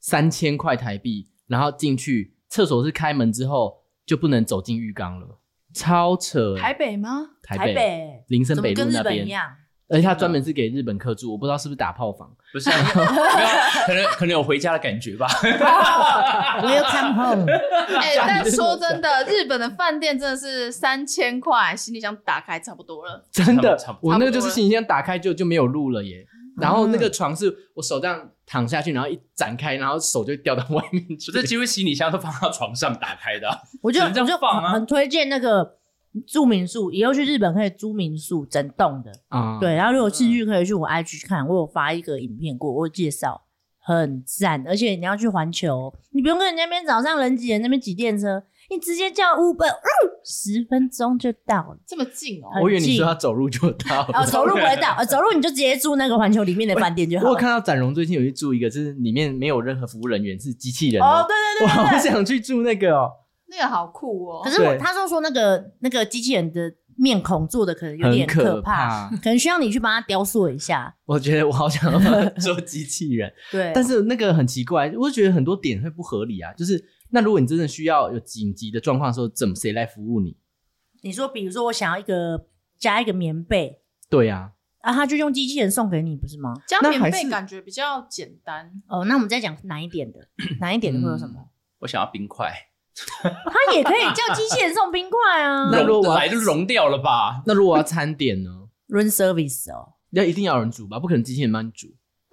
S2: 三千块台币，然后进去厕所是开门之后就不能走进浴缸了，超扯。
S7: 台北 吗？
S2: 台
S6: 台北
S2: 林森
S6: 怎么
S2: 北
S6: 跟
S2: 路
S6: 日
S2: 那
S6: 本
S2: 边
S6: 一，样？
S2: 而且他专门是给日本客住，我不知道是不是打炮房。
S4: 不是、啊，没有 可能可能有回家的感觉吧。
S6: 我要 come home，
S7: 哎、
S2: 讲
S7: 但
S2: 你这
S7: 说真的，日本的饭店真的是三千块，行李箱打开差不多了。
S2: 真的
S4: 差不，
S2: 我那个就是行李箱打开就就没有路了耶。然后那个床是我手这样躺下去，然后一展开，然后手就掉到外面去。
S4: 不是，几乎行李箱都放到床上打开的啊、
S6: 我就
S4: 只
S6: 我
S4: 能这样
S6: 就
S4: 放
S6: 很
S4: 啊
S6: 很推荐那个住民宿，以后去日本可以租民宿，整栋的。
S2: 啊，
S6: 对，然后如果有兴趣可以去我 IG 看，我有发一个影片过，我有介绍，很赞。而且你要去环球，你不用跟人家那边早上人挤人那边挤电车，你直接叫 Uber，十、分钟就到了。
S7: 这么近哦，
S2: 啊我以为你说要走路就到了
S6: 哦，走路不会到，呃，走路你就直接住那个环球里面的饭店就
S2: 我
S6: 好
S2: 有
S6: 了。
S2: 看到展荣最近有去住一个，就是里面没有任何服务人员，是机器人
S6: 哦，对对
S2: 我
S6: 对
S2: 好
S6: 对
S2: 想去住那个哦，
S7: 那个好酷哦。
S6: 可是我
S2: 对
S6: 他说说那个那个机器人的面孔做的可能有
S2: 很
S6: 点
S2: 可
S6: 怕，
S2: 怕。
S6: 可能需要你去帮他雕塑一下。
S2: 我觉得我好想要 做机器人，
S6: 对，
S2: 但是那个很奇怪，我就觉得很多点会不合理啊。就是那如果你真的需要有紧急的状况的时候，怎么谁来服务你？
S6: 你说，比如说我想要一个加一个棉被，
S2: 对呀、
S6: 啊，他就用机器人送给你，不是吗？
S7: 加
S2: 那
S7: 棉
S2: 还
S7: 被
S2: 是
S7: 感觉比较简单，
S6: 哦，那我们再讲难一点的，难一点的会有什么？
S4: 我想要冰块，
S6: 他也可以叫机器人送冰块啊
S2: 那如果我
S4: 融
S2: 要
S4: 来就融掉了吧？
S2: 那如果我要餐点呢？
S6: ，run service 哦，
S2: 要一定要有人煮吧，不可能机器人帮你煮，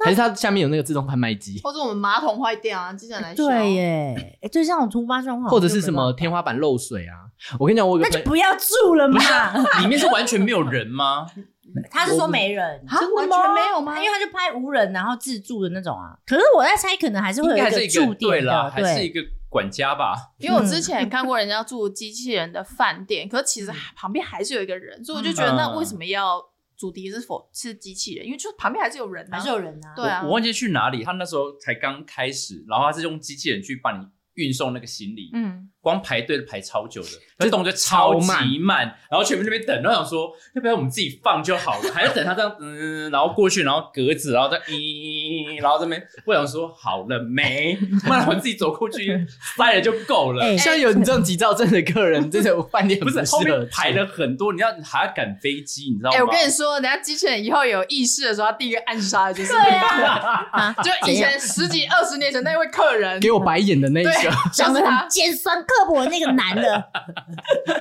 S2: 还是它下面有那个自动贩卖机，
S7: 或者我们马桶坏掉啊，机器人来修。
S6: 对耶，哎，对，像种突发状 况，
S2: 或者是什么，天花板漏水啊？我跟你讲，我有
S6: 那
S2: 个
S6: 就
S2: 朋
S6: 不要住了嘛
S4: 不。是、啊，里面是完全没有人吗？
S6: 他是说没人，
S7: 啊，完全没有吗
S6: 因？为他就拍无人然后自助的那种啊。可是我在猜，可能还是
S4: 应
S6: 会
S4: 该
S6: 有
S4: 还是一
S6: 驻
S4: 个对
S6: 点
S4: 啦，
S6: 的，
S4: 还是一
S6: 对，
S4: 个管家吧？
S7: 因为
S6: 嗯
S7: 我之前看过人家住机器人的饭店，可是其实旁边还是有一个人，所
S6: 嗯
S7: 以我就觉得那为什么要主题是否是机器人？因为就旁边还是有人啊，
S6: 还是有人啊。
S7: 对啊
S4: 我，我忘记去哪里，他那时候才刚开始，然后他是用机器人去帮你运送那个行李，
S7: 嗯，
S4: 光排队排超久的，这动作超级慢，然后全部那边等，然后想说要不要我们自己放就好了，还要等他这样嗯，然后过去，然后格子，然后再咦，然后这边我想说好了没，不然我自己走过去塞了就够了。
S6: 哎，
S2: 像有你这种急躁症的客人，真的饭店
S4: 不是
S2: 适
S4: 后
S2: 合
S4: 面
S2: 住
S4: 排了很多，你要还要赶飞机，你知道吗？
S7: 哎，我跟你说，等下机器人以后有意识的时候，他第一个暗杀的就是
S6: 对啊，啊
S7: 就以前十几二十年前那位客 人，
S2: 给我白眼的那一种，
S4: 个，
S7: 想
S6: 像
S7: 着
S6: 是
S7: 他
S6: 很尖酸刻薄的那个男的，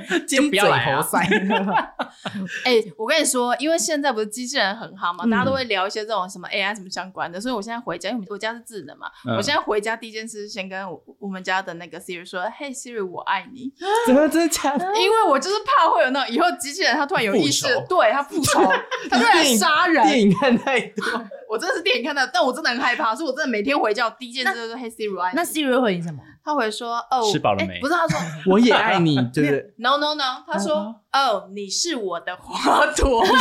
S2: 尖嘴猴腮，
S7: 哎、我跟你说，因为现在不是机器人很好嘛，
S6: 嗯
S7: 大家都会聊一些这种什么 AI 什么相关的，所以我现在回家，因为我家是智能嘛，
S4: 嗯
S7: 我现在回家第一件事是先跟我我们家的那个 Siri 说，Hey Siri，我爱你，
S2: 怎么 真的假
S6: 啊
S2: 的？
S7: 因为我就是怕会有那种以后机器人它突然有意识
S4: 复仇，
S7: 对它复仇，它突然杀
S2: 电
S7: 人，
S2: 影看太多，
S7: 我真的是电影看到，但我真的很害怕，所以我真的每天回家我第一件事就是 Hey Siri，我爱你
S6: 那 Siri 会回你什么？
S7: 他回说，哦，
S4: 吃饱了
S7: 哎
S4: 没
S7: 不是，他说
S2: 我也爱你，对不 对？
S7: No No No，他说：“哦，你是我的花朵。” 我我不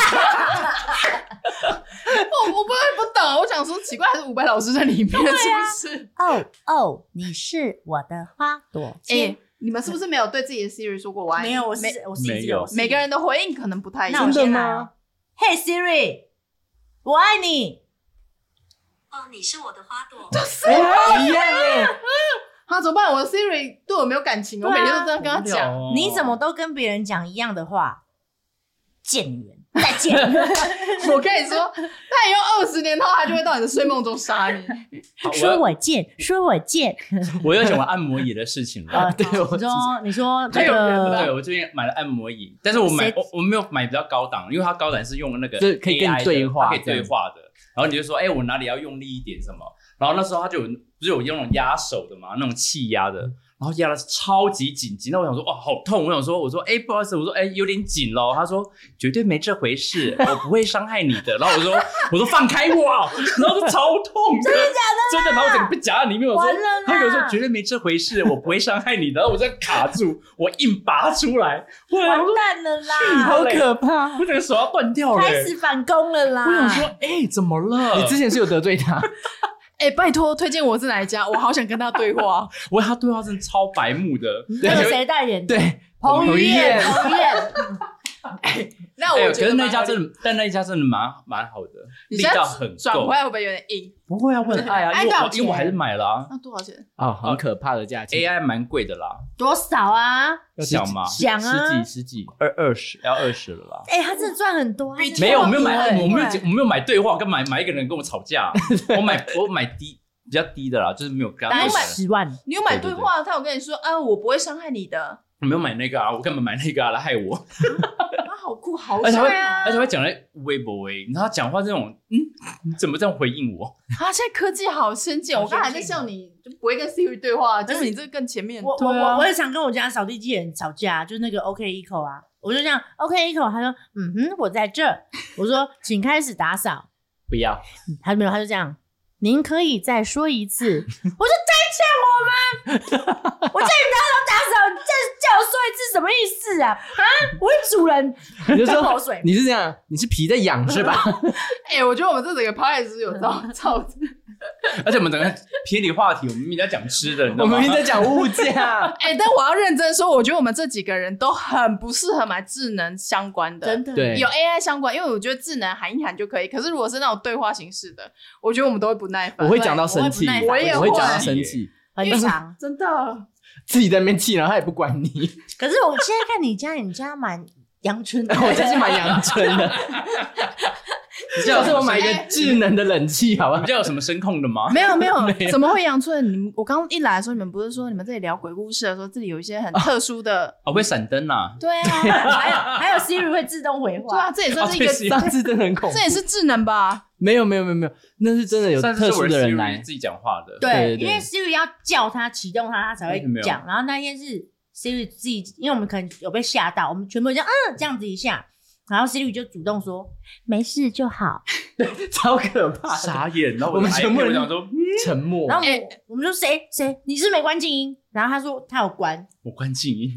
S7: 会不懂，我想说奇怪，还是伍佰老师在里面是不是？
S6: 哦哦，你是我的花朵。
S7: 哎、你们是不是没有对自己的 Siri 说过我爱你？
S6: 没有，我是
S7: 每
S6: 我是一直
S4: 没有
S6: 我是
S7: 每个人的回应可能不太一
S6: 那
S7: 样
S6: 我。先来哦。嘿 Siri，我爱你。
S3: 哦，你是我的花 朵。
S2: 哎一样哎，
S7: 他啊怎么办？我的 Siri 对我没有感情，我
S6: 对啊
S7: 每天都这样跟他讲。
S4: 哦
S6: 你怎么都跟别人讲一样的话？贱女人， 再见！
S7: 我跟你说，他以后二十年后，他就会到你的睡梦中杀你。
S4: 好我
S6: 说
S4: 要
S6: 我贱，说 我贱。
S4: 我又讲完按摩椅的事 情了
S7: 啊
S6: 呃，。
S2: 对我
S6: 你说，你说
S4: 还
S6: 这
S4: 有对，
S6: 个
S4: 我最近买了按摩椅，但是我买
S6: 谁
S4: 我我没有买比较高档，因为它高档是用那个
S2: 就是可以跟你
S4: AI 的
S2: 对话
S4: 它可以对话的。然后你就说，哎，我哪里要用力一点什么？然后那时候它就有不是有用那种压手的嘛，那种气压的，然后压的超级紧，紧到我想说，哦，好痛！我想说，我说，哎，不好意思，我说，哎，有点紧咯。他说，绝对没这回事，我不会伤害你的。然后我说，我说放开我啊，然后就超痛的，真的真的，然后我整个被夹在里面，我说
S6: 完了啦，
S4: 他有时候绝对没这回事，我不会伤害你的。然后我这样卡住，我硬拔出来，我
S6: 完
S4: 我
S6: 蛋了
S2: 好
S6: 啦，
S2: 可怕！
S4: 整个手要断掉了、欸
S6: 开始反攻了啦！
S4: 我想说，哎、怎么了？
S2: 你之前是有得罪 他，
S7: 哎、拜托，推荐我是哪一家？我好想跟他对话。
S4: 我他对话真的超白目的，
S6: 那个
S4: 而且
S6: 谁代言？，
S2: 对，
S6: 彭于晏，
S2: 彭
S6: 彭于晏，
S7: 那
S4: 哎、
S7: 我
S4: 可
S7: 觉得
S4: 是那
S7: 蛮
S4: 家
S7: 好的
S4: 真的，但那家真的蛮蛮好的，
S7: 你
S4: 力
S7: 现在
S4: 道很
S7: 转
S4: 够
S7: 回。来会不会有点硬？
S4: 不会啊，我很爱啊，因为
S7: 哎多
S4: 我
S7: 少
S4: 因为我还是
S7: 钱
S4: 买了啊。
S7: 那多少钱？
S2: 哦，很可怕的价钱
S4: AI 蛮贵的啦，
S6: 多少啊？
S2: 要
S4: 想嘛，
S6: 想啊
S2: 十几十几，
S4: 二二十要二十了啦。
S6: 哎，他真的赚很多啊，哎
S7: 比
S4: 没有，我没有买
S7: 对
S4: 按摩，我没有我没有买对话，跟买买一个人跟我吵 架，我买我买低比较低的啦，就是没有跟他
S6: 大概
S4: 对话
S6: 十万。
S7: 你有买对话，他有跟你说啊，我不会伤害你的。
S4: 我没有买那个啊，我干嘛买那个啊来害我？
S7: 啊，好酷，好
S4: 而且会
S7: 帅啊！
S4: 而且会讲来微博微，你知道他讲话这种，嗯，你怎么这样回应我？
S7: 啊，现在科技好先进，我刚才还在笑你，就不会跟 Siri 对话，结果你这个更前面。
S6: 我我
S2: 啊
S6: 我我也常跟我家扫地机器人吵架，就是那个 OK Eco 啊，我就这样 OK Eco，他说嗯哼，我在这儿，我说请开始打扫，
S2: 不要，
S6: 他没有，他就这样，您可以再说一次，我说再见我吗？我叫你打扫打扫，你再叫我说一次什么意思啊？啊，我是主人，
S2: 你就
S6: 吞
S2: 说
S6: 口水，
S2: 你是这样，你是皮在痒是吧？
S7: 哎、我觉得我们这整个 p o d 有造造，
S4: 而且我们整个偏离话题，我们明明在讲吃的，你知 道
S2: 我
S4: 吗
S2: 们？明明在讲物价，
S7: 哎、但我要认真说，我觉得我们这几个人都很不适合买智能相关的，
S6: 真的
S2: 对
S7: 有 AI 相关，因为我觉得智能喊一喊就可以，可是如果是那种对话形式的，我觉得我们都会不耐 烦。
S2: 我会讲到生气，
S6: 我会不耐烦
S7: 我也
S2: 我会讲
S7: 会
S2: 到生气，
S6: 很 长。
S7: 真的，
S2: 自己在那边气，然后他也不管你。
S6: 可是我现在看你家，你家蛮阳春的，
S2: 我真是蛮阳春的， 下次我买一个智能的冷气，好
S4: 我
S2: 吧
S4: 们？家有什么声控的吗？
S7: 没有没有，怎么会阳春？你们我刚一来的时候，你们不是说你们这里聊鬼故事的时候，这里有一些很
S2: 啊
S7: 特殊的，
S4: 哦，会闪灯啊！
S7: 对啊，
S6: 还有还有 Siri 会自动回
S7: 对
S6: 话
S7: 啊，，这也算是一个
S4: 哦对是
S2: 上次真的很恐怖
S7: 这，也是智能吧？
S2: 没有没有没有没有，那是真的有
S4: 上次
S2: 特
S4: 是
S2: 殊
S4: 我的
S2: 的人
S4: Siri
S2: 来
S4: 自，己讲话的，哎
S2: 对
S6: 对，
S2: 对
S6: 因为 Siri 要叫他启动他，他才会
S4: 没有
S6: 讲。然后那天是 Siri 自己，因为我们可能有被吓到，我们全部就嗯这样子一下，然后 Siri 就主动说没事就好。
S2: 超可怕的，
S4: 傻眼。然后
S2: 我们全部人
S4: 人想说，嗯
S2: 沉默
S6: 然。后我们我们就谁谁你是没关静音，然后他说他有关，
S4: 我关静音，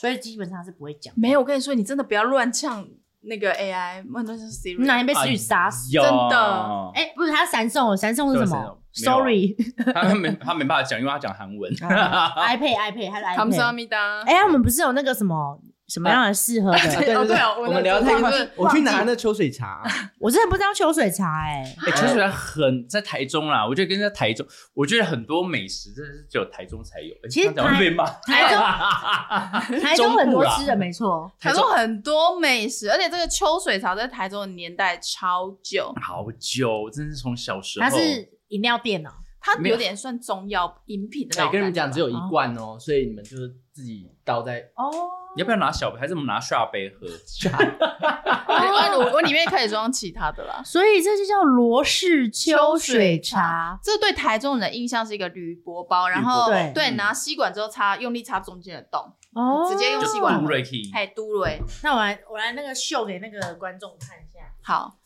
S6: 所以基本上是不会讲。
S7: 没有，我跟你说，你真的不要乱呛那个 AI，问的是 Siri。
S6: 你哪天
S4: 哎
S6: 被 Siri 杀死？
S4: 真
S7: 的
S6: 哎、不是他闪送我，闪送是什么
S4: 哦对闪送没啊
S6: ？Sorry，iPad
S4: 他没他没办法讲，因为他讲韩文。
S6: 啊 iPad 还是
S7: 他们
S6: iPad？
S7: 阿弥达。
S6: 哎、我们不是有那个什么什么样的适合
S2: 啊
S6: 的？
S2: 对
S7: 哦
S2: 对
S7: 对哦
S2: 我
S7: 我
S2: 们
S7: 的
S2: 聊太快
S7: 忘记，
S2: 我去拿那秋水茶，
S6: 我真的不知道秋水茶哎、
S4: 哎，陈水来很在台中啦，我觉得跟在台中，我觉得很多美食真的是只有台中才有。哎
S6: 其实
S4: 这样讲会被骂，
S6: 台中台中很
S4: 中部
S6: 多
S4: 啦啊
S6: 吃的，没错。
S7: 台中很多美食，而且这个秋水茶在台中的年代超久。
S4: 好久，真是从小时候。
S6: 它是饮料店哦、
S7: 它
S2: 没有
S7: 有点算中药饮品的那
S2: 哎，
S7: 种。
S2: 跟你们讲，只有一
S7: 哦
S2: 罐哦，所以你们就是自己倒在
S6: 哦
S2: 啊
S4: 你要不要拿小杯，还是我们拿下杯 喝？
S2: 下。
S7: 我我我里面可以装其他的啦。
S6: 所以这就叫罗氏秋水茶。
S7: 这对台中人的印象是一个铝箔包，然后
S6: 铝箔包
S7: 对
S4: 嗯
S7: 拿吸管之后插，用力插中间的洞，
S6: 哦
S7: 直接用
S4: 就
S7: 吸管
S4: 杜瑞 key，
S2: 嗯
S7: 嘿，嘟了欸
S6: 那我来我来那个秀给那个观众看一下。
S7: 好。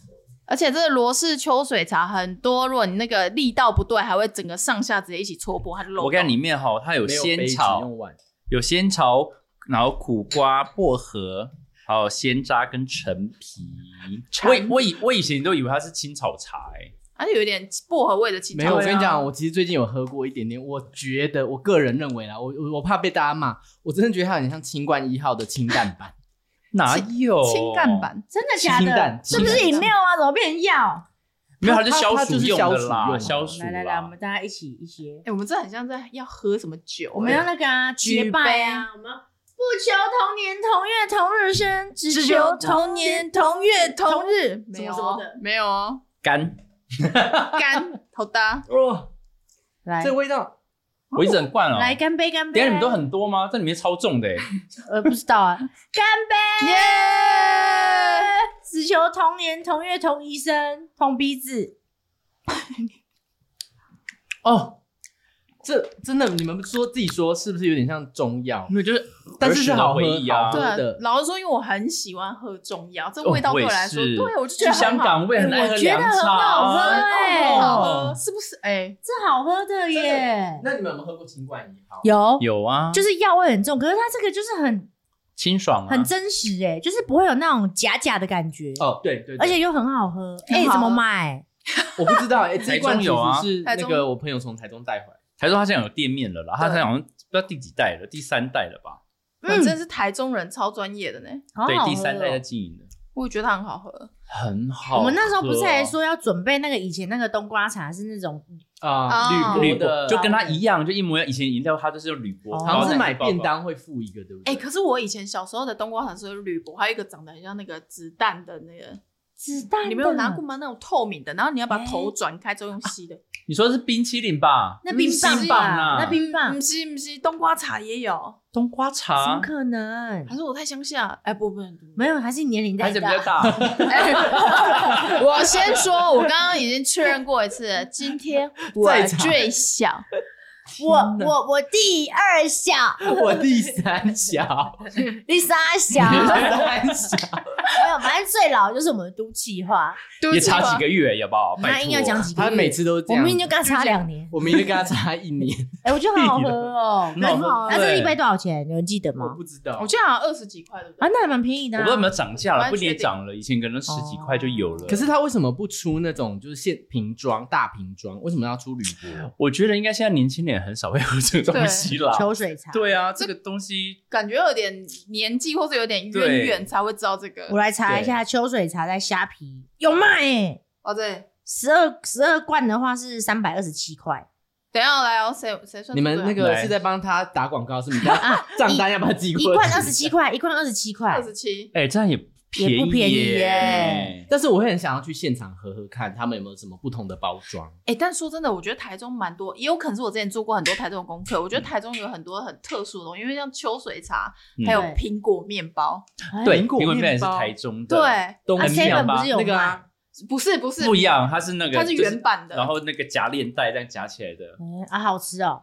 S7: 而且这个罗氏秋水茶很多，如果你那个力道不对，还会整个上下直接一起戳破，它就漏洞。
S4: 我跟里面哈，它有
S2: 没有
S4: 仙
S2: 杯子
S4: 草，
S2: 用碗，
S4: 有仙草，然后苦瓜、薄荷，还有鲜渣跟陈皮。我以我以我以前都以为它是青草茶、欸，
S7: 而且有一点薄荷味啊的青
S2: 没
S7: 草。
S2: 有，我跟你讲，我其实最近有喝过一点点，我觉得我个人认为啦，我我我怕被大家骂，我真的觉得它很像清冠一号的清淡版，
S4: 哪有
S7: 清淡？版，
S6: 真的假
S2: 清
S6: 的
S2: 淡？
S6: 是不是饮料啊？怎么变成药？
S4: 没有，它是
S2: 它
S4: 消
S2: 它
S4: 暑
S2: 就是
S4: 用的
S2: 消暑用
S4: 啦，
S2: 的
S4: 消暑啦。
S6: 来来来，我们大家一起一些
S7: 哎、，我们这很像在要喝什么酒、
S6: 我们要那个啊，
S7: 举
S6: 结拜啊，我们要不求同年同月同日生，只求同年同月同日，
S7: 没有
S6: 什么什么的。
S7: 没有哦，
S4: 干，哦
S7: 干 头大，
S2: 哇，
S6: 来
S2: 这味道
S4: 我一整罐哦。
S6: 来，干杯，干
S4: 等
S6: 杯！
S4: 一下你们都很多吗？这里面超重的、欸，
S6: 呃不知道 啊，干杯！耶！只求同年同月同医生同鼻子，
S2: 哦，这真的，你们说自己说是不是有点像中药？
S4: 没有就是，
S2: 但是是好喝
S4: 回忆啊
S2: 好喝
S7: 对啊
S2: 的，
S7: 老实说，因为我很喜欢喝中药，这
S4: 哦
S7: 味道
S4: 我
S7: 对
S4: 也
S7: 我来说，
S4: 是
S7: 对我就觉
S4: 去
S7: 得很
S4: 香
S7: 好
S4: 港，我也很爱喝
S6: 我觉得
S4: 凉
S6: 很
S4: 茶
S6: 好喝
S4: 啊。
S6: 哎，
S7: 好
S4: 哦
S7: 喝，是不是？哎、
S6: 这好喝的耶！
S2: 那你们有没有喝过清冠一号？
S6: 有
S4: 有啊，
S6: 就是是药味很重，可是它这个就是很
S4: 清爽啊，
S6: 很真实哎，就是不会有那种假假的感觉，
S2: 哦，对对，对
S6: 而且又很好喝。
S7: 很
S6: 哎，
S7: 好喝
S6: 怎么买？
S2: 我不知道，哎，这一罐
S4: 台中有啊
S2: 其实是
S7: 台
S2: 那
S7: 中
S2: 个我朋友从台中带回来，
S4: 台中它现在有店面了啦，它现在好像不知道第几代了，第三代了吧？
S7: 我
S4: 嗯
S7: 真的是台中人，超专业的呢。
S6: 好好
S4: 对，
S6: 喝
S4: 第三代在
S6: 哦。
S4: 经营的，
S7: 我觉得它很好喝
S4: 很好。
S6: 我们那时候不是
S2: 哦
S6: 还。说要准备那个以前那个冬瓜茶是那种
S2: 啊，
S7: 哦
S2: 铝
S4: 铝
S2: 箔
S4: 箔
S2: 的，哦
S4: 就跟它一样，就一模一样。以前饮料它就是用铝箔，
S2: 好像
S4: 包在
S2: 是买
S4: 那个包
S2: 便
S4: 包。
S2: 当会附一个，对不对？
S7: 哎、可是我以前小时候的冬瓜茶是铝箔，还有一个长得很像那个子弹的那个，
S6: 子弹，
S7: 你没有拿过？吗？那种透明的，然后你要把头转开之后用吸的。
S4: 你说是冰淇淋吧？
S6: 那冰棒
S7: 不是
S6: 吧
S4: 啊
S6: 那冰棒
S7: 不是不是，冬瓜茶也有，
S4: 冬瓜
S6: 怎么
S4: 茶，
S6: 可能？
S7: 还是我太乡下？哎、不不不，不
S6: 没有，还是你年龄
S4: 孩
S6: 太
S4: 子比
S6: 大
S4: 较。大，
S7: 哎我先说，我刚刚已经确认过 一次，今天我
S2: 在场
S7: 最小，
S6: 我我我第二小，
S2: 我第三小，
S6: 第三小，
S2: 三小，
S6: 没有，反正最老就是我们的都计划，
S4: 也差几个月，要不好？拜
S6: 那
S4: 托
S6: 硬要讲几个月。
S2: 他每次都这
S6: 我
S2: 样，
S6: 明明就跟他差两年，
S2: 我明明就跟他差一年，
S6: 哎，我觉得很好喝哦，
S4: 那我
S6: 很
S4: 们
S6: 好喝。那
S4: 对
S6: 这一杯多少钱？有人记得
S2: 我
S6: 吗？
S2: 不知道
S7: 我，记得好像二十几块，对不
S6: 啊，
S7: 对？
S6: 那还蛮便宜的
S4: 我不
S6: 啊。
S4: 知道有没有涨价了，
S7: 完
S4: 不
S7: 全
S4: 也涨了？以前可能
S6: 哦
S4: 十几块就有了。
S2: 可是他为什么不出那种就是现瓶装大瓶装？为什么要出铝箔？
S4: 我觉得应该现在年轻人很少会喝这个东西啦。
S6: 秋水茶，
S4: 对啊，这个东西
S7: 感觉有点年纪或者有点渊源才会知道这个
S6: 我。来查一下秋水茶在虾皮有卖诶，
S7: 哦，对，
S6: 十二十二罐的话是三百二十七块，
S7: 等一下我来哦，谁谁算
S2: 你们那个是在帮他打广告，是你 们账单要不要寄
S6: 一
S2: 过去？
S6: 罐二十七。块，一罐二十七块
S7: 二，十七？
S4: 哎、这样也便
S6: 也不便宜耶
S4: 耶。
S2: 但是我会很想要去现场喝喝看，他们有没有什么不同的包装？
S7: 哎、但说真的，我觉得台中蛮多，也有可能是我之前做过很多台中的功课。我觉得台中有很多很特殊的东西，因为像秋水茶，还有
S6: 嗯
S7: 苹果面包。
S4: 对，
S2: 苹果
S4: 苹果面
S2: 面
S4: 是
S2: 包
S4: 台中的，
S7: 对，，
S2: 东
S6: 啊
S4: 很妙
S6: ，seven
S4: 吧
S6: 不是有
S2: 那个
S6: 卖？
S2: 啊，
S7: 不是不是
S4: 不一，样，它是那个
S7: 它是原版的，
S4: 然后那个夹链带这样夹起来的，
S6: 嗯啊，好吃哦！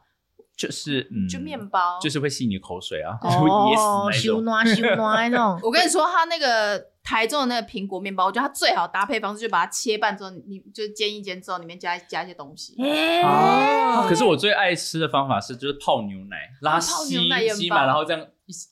S4: 就是嗯，
S7: 就面包，
S4: 就是会吸你口水啊，就会噎
S6: 哦，
S4: 死那
S6: 修
S4: 种。
S6: 暖修暖那 种。
S7: 我跟你说，他那个台中的那个苹果面包，我觉得它最好搭配方式就把它切半之后，你就煎一煎之后，里面加加一些东西。
S6: 哎，
S2: 哦
S4: 可是我最爱吃的方法是，就是泡牛奶，拉
S7: 哦泡
S4: 稀
S7: 牛奶也很
S4: 稀
S7: 棒
S4: 满，然后这样一吸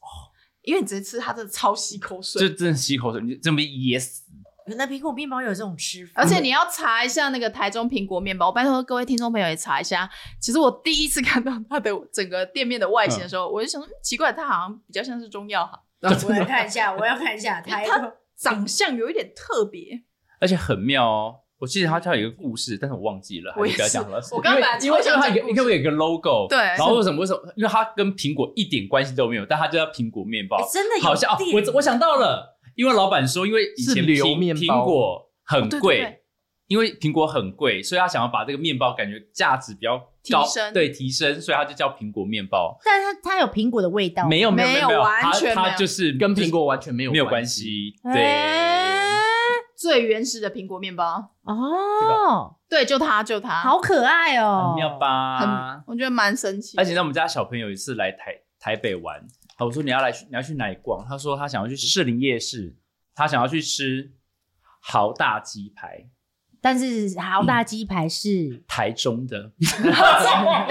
S7: 因为你直接吃，它真的超吸口
S4: 就
S7: 水。
S4: 真的吸口水，你真被噎死。
S6: 原来苹果面包有这种吃法，
S7: 而且你要查一下那个台中苹果面包，我拜托各位听众朋友也查一下。其实我第一次 看到它的整个店面的外形的时候，我就想说嗯奇怪，它好像比较像是中药行，
S6: 我来看一下，我要看一下台 中
S7: 长相有一点特别。
S4: 而且很妙哦。我记得它它有一个故事，但是我忘记了，还
S7: 我也
S4: 是
S7: 是
S4: 不要讲了。
S7: 我刚刚本来
S4: 因为因为
S7: 超想
S4: 它
S7: 讲
S4: 有
S7: 故
S4: 一
S7: 事
S4: 个有一个 logo，
S7: 对
S4: 然后为什么为什么？因为它跟苹果一点关系都没有，但它就叫苹果面包
S6: 哎，真的有
S4: 好像、哦
S6: 店
S4: 我我想到了，因为老板说，因为以
S2: 是
S4: 前
S2: 流
S4: 苹
S2: 面包
S4: 苹果很
S7: 哦对对
S4: 贵，
S7: 对
S4: 因为苹果很贵，所以他想要把这个面包感觉价值比较高，
S7: 提升
S4: 对提升，所以他就叫苹果面包。
S6: 但是它它有苹果的味道，
S4: 没有没
S7: 没
S4: 有
S7: 有
S4: 没有，
S7: 完
S4: 它
S7: 全
S4: 它
S7: 没有
S4: 就是
S2: 跟苹果完全没有
S4: 没有关
S2: 关系。
S4: 系。对，
S6: 哎
S7: 最原始的苹果面包，
S6: 哦，
S7: 对，就它就它，
S6: 好可爱哦
S4: 很，妙吧
S7: 很？，我觉得蛮神奇的。
S4: 而且呢，我们家小朋友有一次来台台北玩，啊我说你要来去你要去哪里逛？他说他想要去士林夜市，他想要去吃豪大鸡排，
S6: 但是豪大鸡 排是
S4: 台中的。
S7: 等一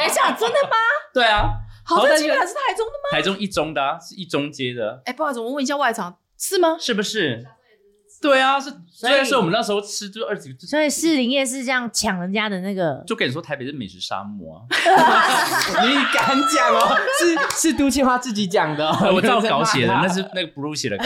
S7: 下，真的吗？
S4: 对啊，
S7: 好
S4: 大
S7: 在
S4: 鸡
S7: 竟
S4: 排
S7: 然是台中的吗？
S4: 台中一中的、啊，是一中街的，
S7: 哎，不好意思，我问一下外场是吗？
S4: 是不是？对啊，是。所以说我们那时候吃就二十几，
S6: 所以士林夜市这样抢人家的那个，
S4: 就跟你说台北是美食沙漠啊。
S2: 你敢讲哦？是是都庆花自己讲的哦、
S4: 哎我照稿写的，
S2: 你们
S4: 那
S2: 在骂他
S4: 是那个 blue 写的稿。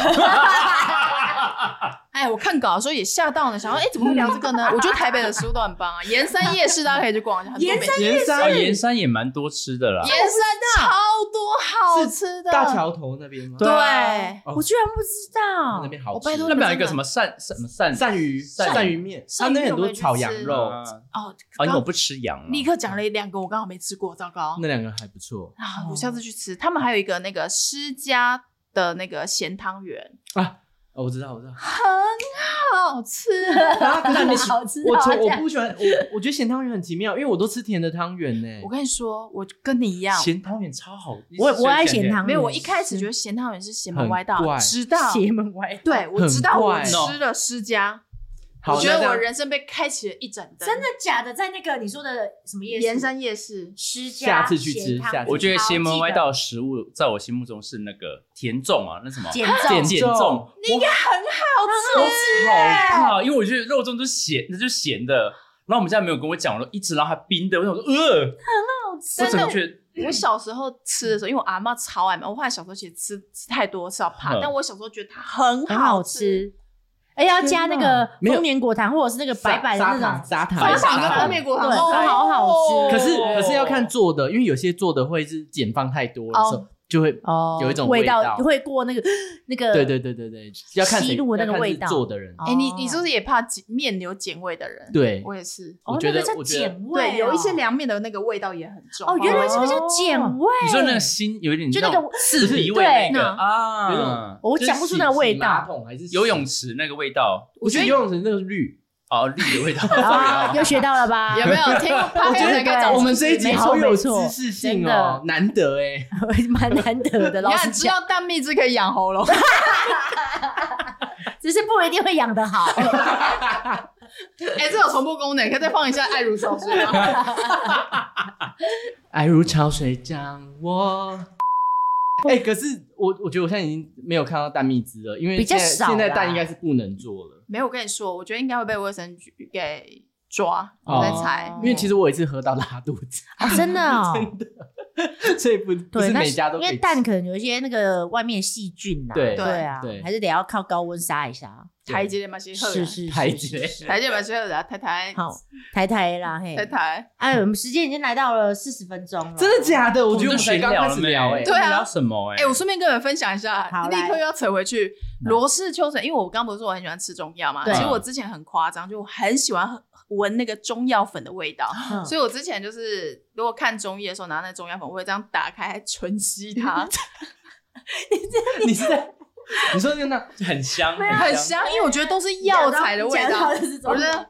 S7: 哎，我看稿的时候也吓到呢，想说，哎，怎么会聊这个呢？我觉得台北的食物都很棒啊，盐山夜市大家可以去逛一下，很多美食
S2: 盐
S4: 啊，
S2: 山
S4: 盐山也蛮多吃的啦。
S7: 盐山超多好吃的，
S2: 大桥头那边吗？
S7: 对，
S2: 哦
S6: 我居然不知
S2: 那
S6: 道，
S2: 边好
S7: 我
S2: 吃。
S7: 哦拜托
S4: 那边有一个什么鳝什么鳝
S2: 鳝鱼鳝鱼面，它
S7: 鳝鱼
S2: 那边很
S7: 我
S2: 多
S7: 也去
S2: 炒羊
S7: 吃
S2: 肉，
S4: 啊，
S7: 哦，
S4: 因为我
S7: 刚
S4: 不吃羊啊。
S7: 立刻讲了两个我刚好没吃过，糟糕
S2: 那两个还不错
S7: 啊！我下次去吃，他们还有一个那个施家的那个咸汤圆，
S2: 啊。哦，我知 道，我知道。
S7: 好吃。
S2: 啊，可是我喜
S6: 好吃
S2: 我从我
S6: 这样
S2: 不喜欢我，我觉得咸汤圆很奇妙，因为我都吃甜的汤圆呢。
S7: 我跟你说，我跟你一样，
S4: 咸汤圆超好，
S6: 我我爱咸汤圆，
S7: 没有，我一开始觉得咸汤圆是邪门歪道
S2: 很怪，
S7: 直到
S6: 邪门歪，
S7: 对我直到我
S2: 很
S4: 怪
S7: 吃了施家，
S2: 好
S7: 我觉
S2: 那这
S7: 得
S2: 样
S7: 我人生被开启了一盏灯。
S6: 真的假的？在那个你说的什么夜市？
S7: 盐山夜市，
S6: 施
S2: 下
S6: 家
S2: 次去吃
S6: 咸汤
S2: 下次
S4: 我觉得邪门歪道
S6: 好
S4: 的食物，在我心目中是那个甜粽啊，那什么
S6: 记得减重
S2: 减
S4: 减
S2: 重
S4: 重，
S7: 应该很好
S4: 好怕，因为我觉得肉粽都是咸，那就是咸的。然后我们家没有跟我讲，我一直让它冰的，我想说，呃，
S7: 吃，
S4: 我
S7: 真
S4: 怎
S7: 的
S4: 么。觉得
S7: 我小时候吃的时候，因为我阿妈超爱嘛，我后来小时候其实吃吃太多吃到怕
S4: 嗯，
S7: 但我小时候觉得它很
S6: 很好
S7: 吃。
S6: 吃，哎，要加那个
S2: 没有
S6: 丰年果糖或者是那个白白的
S2: 砂
S6: 那
S2: 糖
S6: 种，
S2: 砂糖
S7: 砂糖
S2: 砂
S7: 跟
S2: 糖
S7: 泡面果糖
S6: 对
S7: 哦
S6: 好好
S2: 可
S6: 吃
S2: 是
S4: 哦
S2: 可是要看做的，因为有些做的会是碱放太多的时候，就会
S6: 哦，
S2: 有一种
S6: 味
S2: 道。
S6: 会过那个那个，
S2: 对对对对对，要看谁
S6: 吸入那
S2: 要
S6: 个
S2: 看
S6: 味道
S2: 是做的人。
S6: 哦，
S7: 哎、你你是不是也怕碱面有碱味的人？，
S2: 对，
S7: 我也是。
S6: 哦
S2: 我觉得
S6: 那个叫
S2: 我觉得
S6: 碱味哦，
S7: 对，有一些凉面的那个味道也很重。
S6: 哦，原来这个叫碱味，
S4: 你说那个心有一点
S6: 就那个
S4: 种刺鼻味
S2: 有
S4: 那个
S7: 对
S2: 一
S4: 啊
S2: 种，
S6: 我
S2: 就是
S6: 讲不出
S2: 洗
S6: 那个味
S2: 洗马
S6: 道
S2: 桶还是洗
S4: 游泳池那个味道，
S2: 不是游泳池那个是绿。
S4: 哦，绿的味道，
S6: 啊，又学到了吧？
S7: 有没有听过
S2: 我觉
S7: podcast 该
S2: 得
S7: 找
S2: 我们这一集好有
S6: 哎没
S2: 知
S6: 错没错
S2: 识性
S6: 真
S2: 哦
S6: 的，
S2: 难得哎。
S6: 蛮难得的，
S7: 你
S6: 老
S7: 看，
S6: 实
S7: 知
S6: 讲，
S7: 道蛋蜜汁可以养喉咙，
S6: 只是不一定会养 得好。
S7: 哎、这有重播功能，可以再放一下爱如潮水吗？
S2: 爱如潮水涨我。哎，可是我我觉得我现在已经没有看到蛋蜜汁了，因为
S6: 比较
S2: 现在
S6: 少啦
S2: 现在蛋应该是不能做了，
S7: 没有，我跟你说，我觉得应该会被卫生局给抓，
S2: 哦
S7: 我在猜。
S2: 因为其实我也是喝到拉肚子，
S6: 哦，真的 哦，
S2: 真的，所以不 不
S6: 对，
S2: 是
S6: 那
S2: 每家都
S6: 因
S2: 可以
S6: 为
S2: 吃。
S6: 蛋可能有一些那个外面细菌呐，
S2: 对
S6: 对啊
S2: 对，
S6: 还是得要靠高温杀一杀。
S7: 台阶的嘛，先喝
S6: 是是
S2: 排
S6: 是
S2: 解
S6: 是是
S7: 台阶嘛，先喝的，太太，
S6: 好，台台啦嘿
S7: 太，太，
S6: 哎，我们时间已经来到了四十分钟了，
S2: 真的假的？我
S4: 我
S2: 觉得我
S4: 们
S2: 们才
S4: 闲
S2: 刚
S4: 聊欸
S2: 开
S4: 了
S2: 始
S4: 没
S2: 聊哎、
S7: 对啊
S4: 聊什么？
S7: 哎、我顺便跟你们分享一下
S6: 好，
S7: 立
S6: 来
S7: 刻又要扯回去。罗氏秋水，因为我刚不是说我很喜欢吃中药嘛，
S6: 对
S7: 其实我之前很夸张，就我很喜欢闻那个中药粉的味道，
S6: 嗯
S7: 所以我之前就是如果看中医的时候拿那中药粉，我会这样打开还纯吸 它，
S2: 你是在哎你说真的
S4: 很香，
S6: 啊
S7: 很。香，因为我觉得都是药材的味
S6: 讲
S7: 道
S6: 到，就是这种
S7: 我 觉得。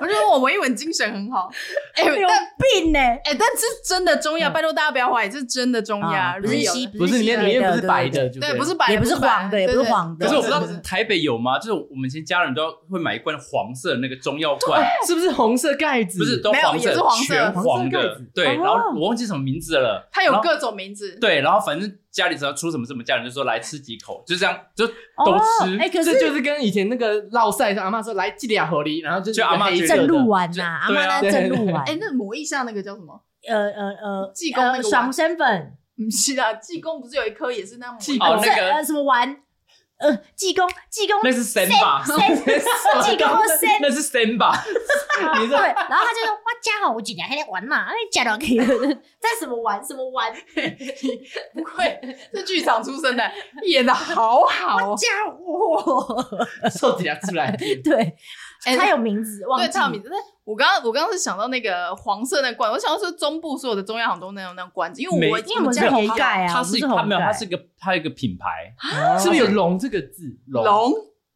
S7: 我觉得我闻一闻精神很好，哎、
S6: 有
S7: 但
S6: 病呢，
S7: 哎、但是真的中药，拜托大家不要怀疑，这是真的中药、
S6: 啊不是
S7: real 的
S6: 西，
S2: 不是里面
S6: 西
S2: 里面
S6: 的
S2: 不是白，的，就
S7: 对，不是白的，
S6: 也不是
S7: 白
S6: 黄的，也不是
S7: 对对
S6: 黄的。
S4: 可是我不知道
S7: 对啊
S4: 台北有吗？就是我们以前家人都要会买一罐黄色的那个中药罐，
S2: 是不是红色盖子？
S4: 不是都
S7: 哦没有
S4: 黄
S7: 也
S4: 色
S7: 是黄，色哦
S4: 全黄
S2: 黄色盖
S4: 的
S2: 子。
S4: 对，然后我忘记什么名字了。
S7: 它有
S4: 然后
S7: 各种名字，
S4: 对，然后反正家里只要出什么什么，家人就说来吃几 口，就这样就都
S6: 哦
S4: 吃。
S6: 哎，可
S2: 这
S6: 是
S2: 就是跟以前那个烙赛上阿妈说来记俩合梨，然后就是
S4: 就阿嬷
S2: 一个黑色
S6: 正哦
S2: 的
S6: 露丸呐，阿
S4: 对
S6: 妈
S4: 啊
S6: 那正露丸
S7: 哎、，那魔意下那个叫什么？
S6: 呃呃呃，
S7: 济公那个
S6: 呃
S7: 丸
S6: 爽身粉，
S7: 不是啦，济公不是有一颗也是那样磨
S2: 济
S4: 哦
S6: 不是
S4: 那个
S6: 呃什么丸，呃济公 济公
S4: 那是神吧？
S6: 济公或生。
S4: 那是神 吧？
S2: 你
S6: 对，
S2: 说
S6: 然后他就说：“我家好，我今天还在玩嘛，那家长可 以在什么玩什么玩，
S7: 不愧是剧场出身的，演的好好哦。
S6: 家我。
S2: 瘦子牙出来，
S6: 对，
S7: 哎
S3: 它有名字，忘
S7: 对，
S3: 记
S7: 它有名字。但我刚刚我刚刚是想到那个黄色那个罐子，我想到说中部所有的中药行都那种那种罐子，因为我
S4: 没
S6: 因为我们
S7: 家
S6: 是红
S7: 有
S6: 盖啊，
S4: 它
S6: 我们
S4: 是
S6: 红
S4: 它
S6: 盖，
S4: 没有，它是一个它有一个品牌，
S6: 啊
S2: 是不是有“龙”这个字？
S7: 龙，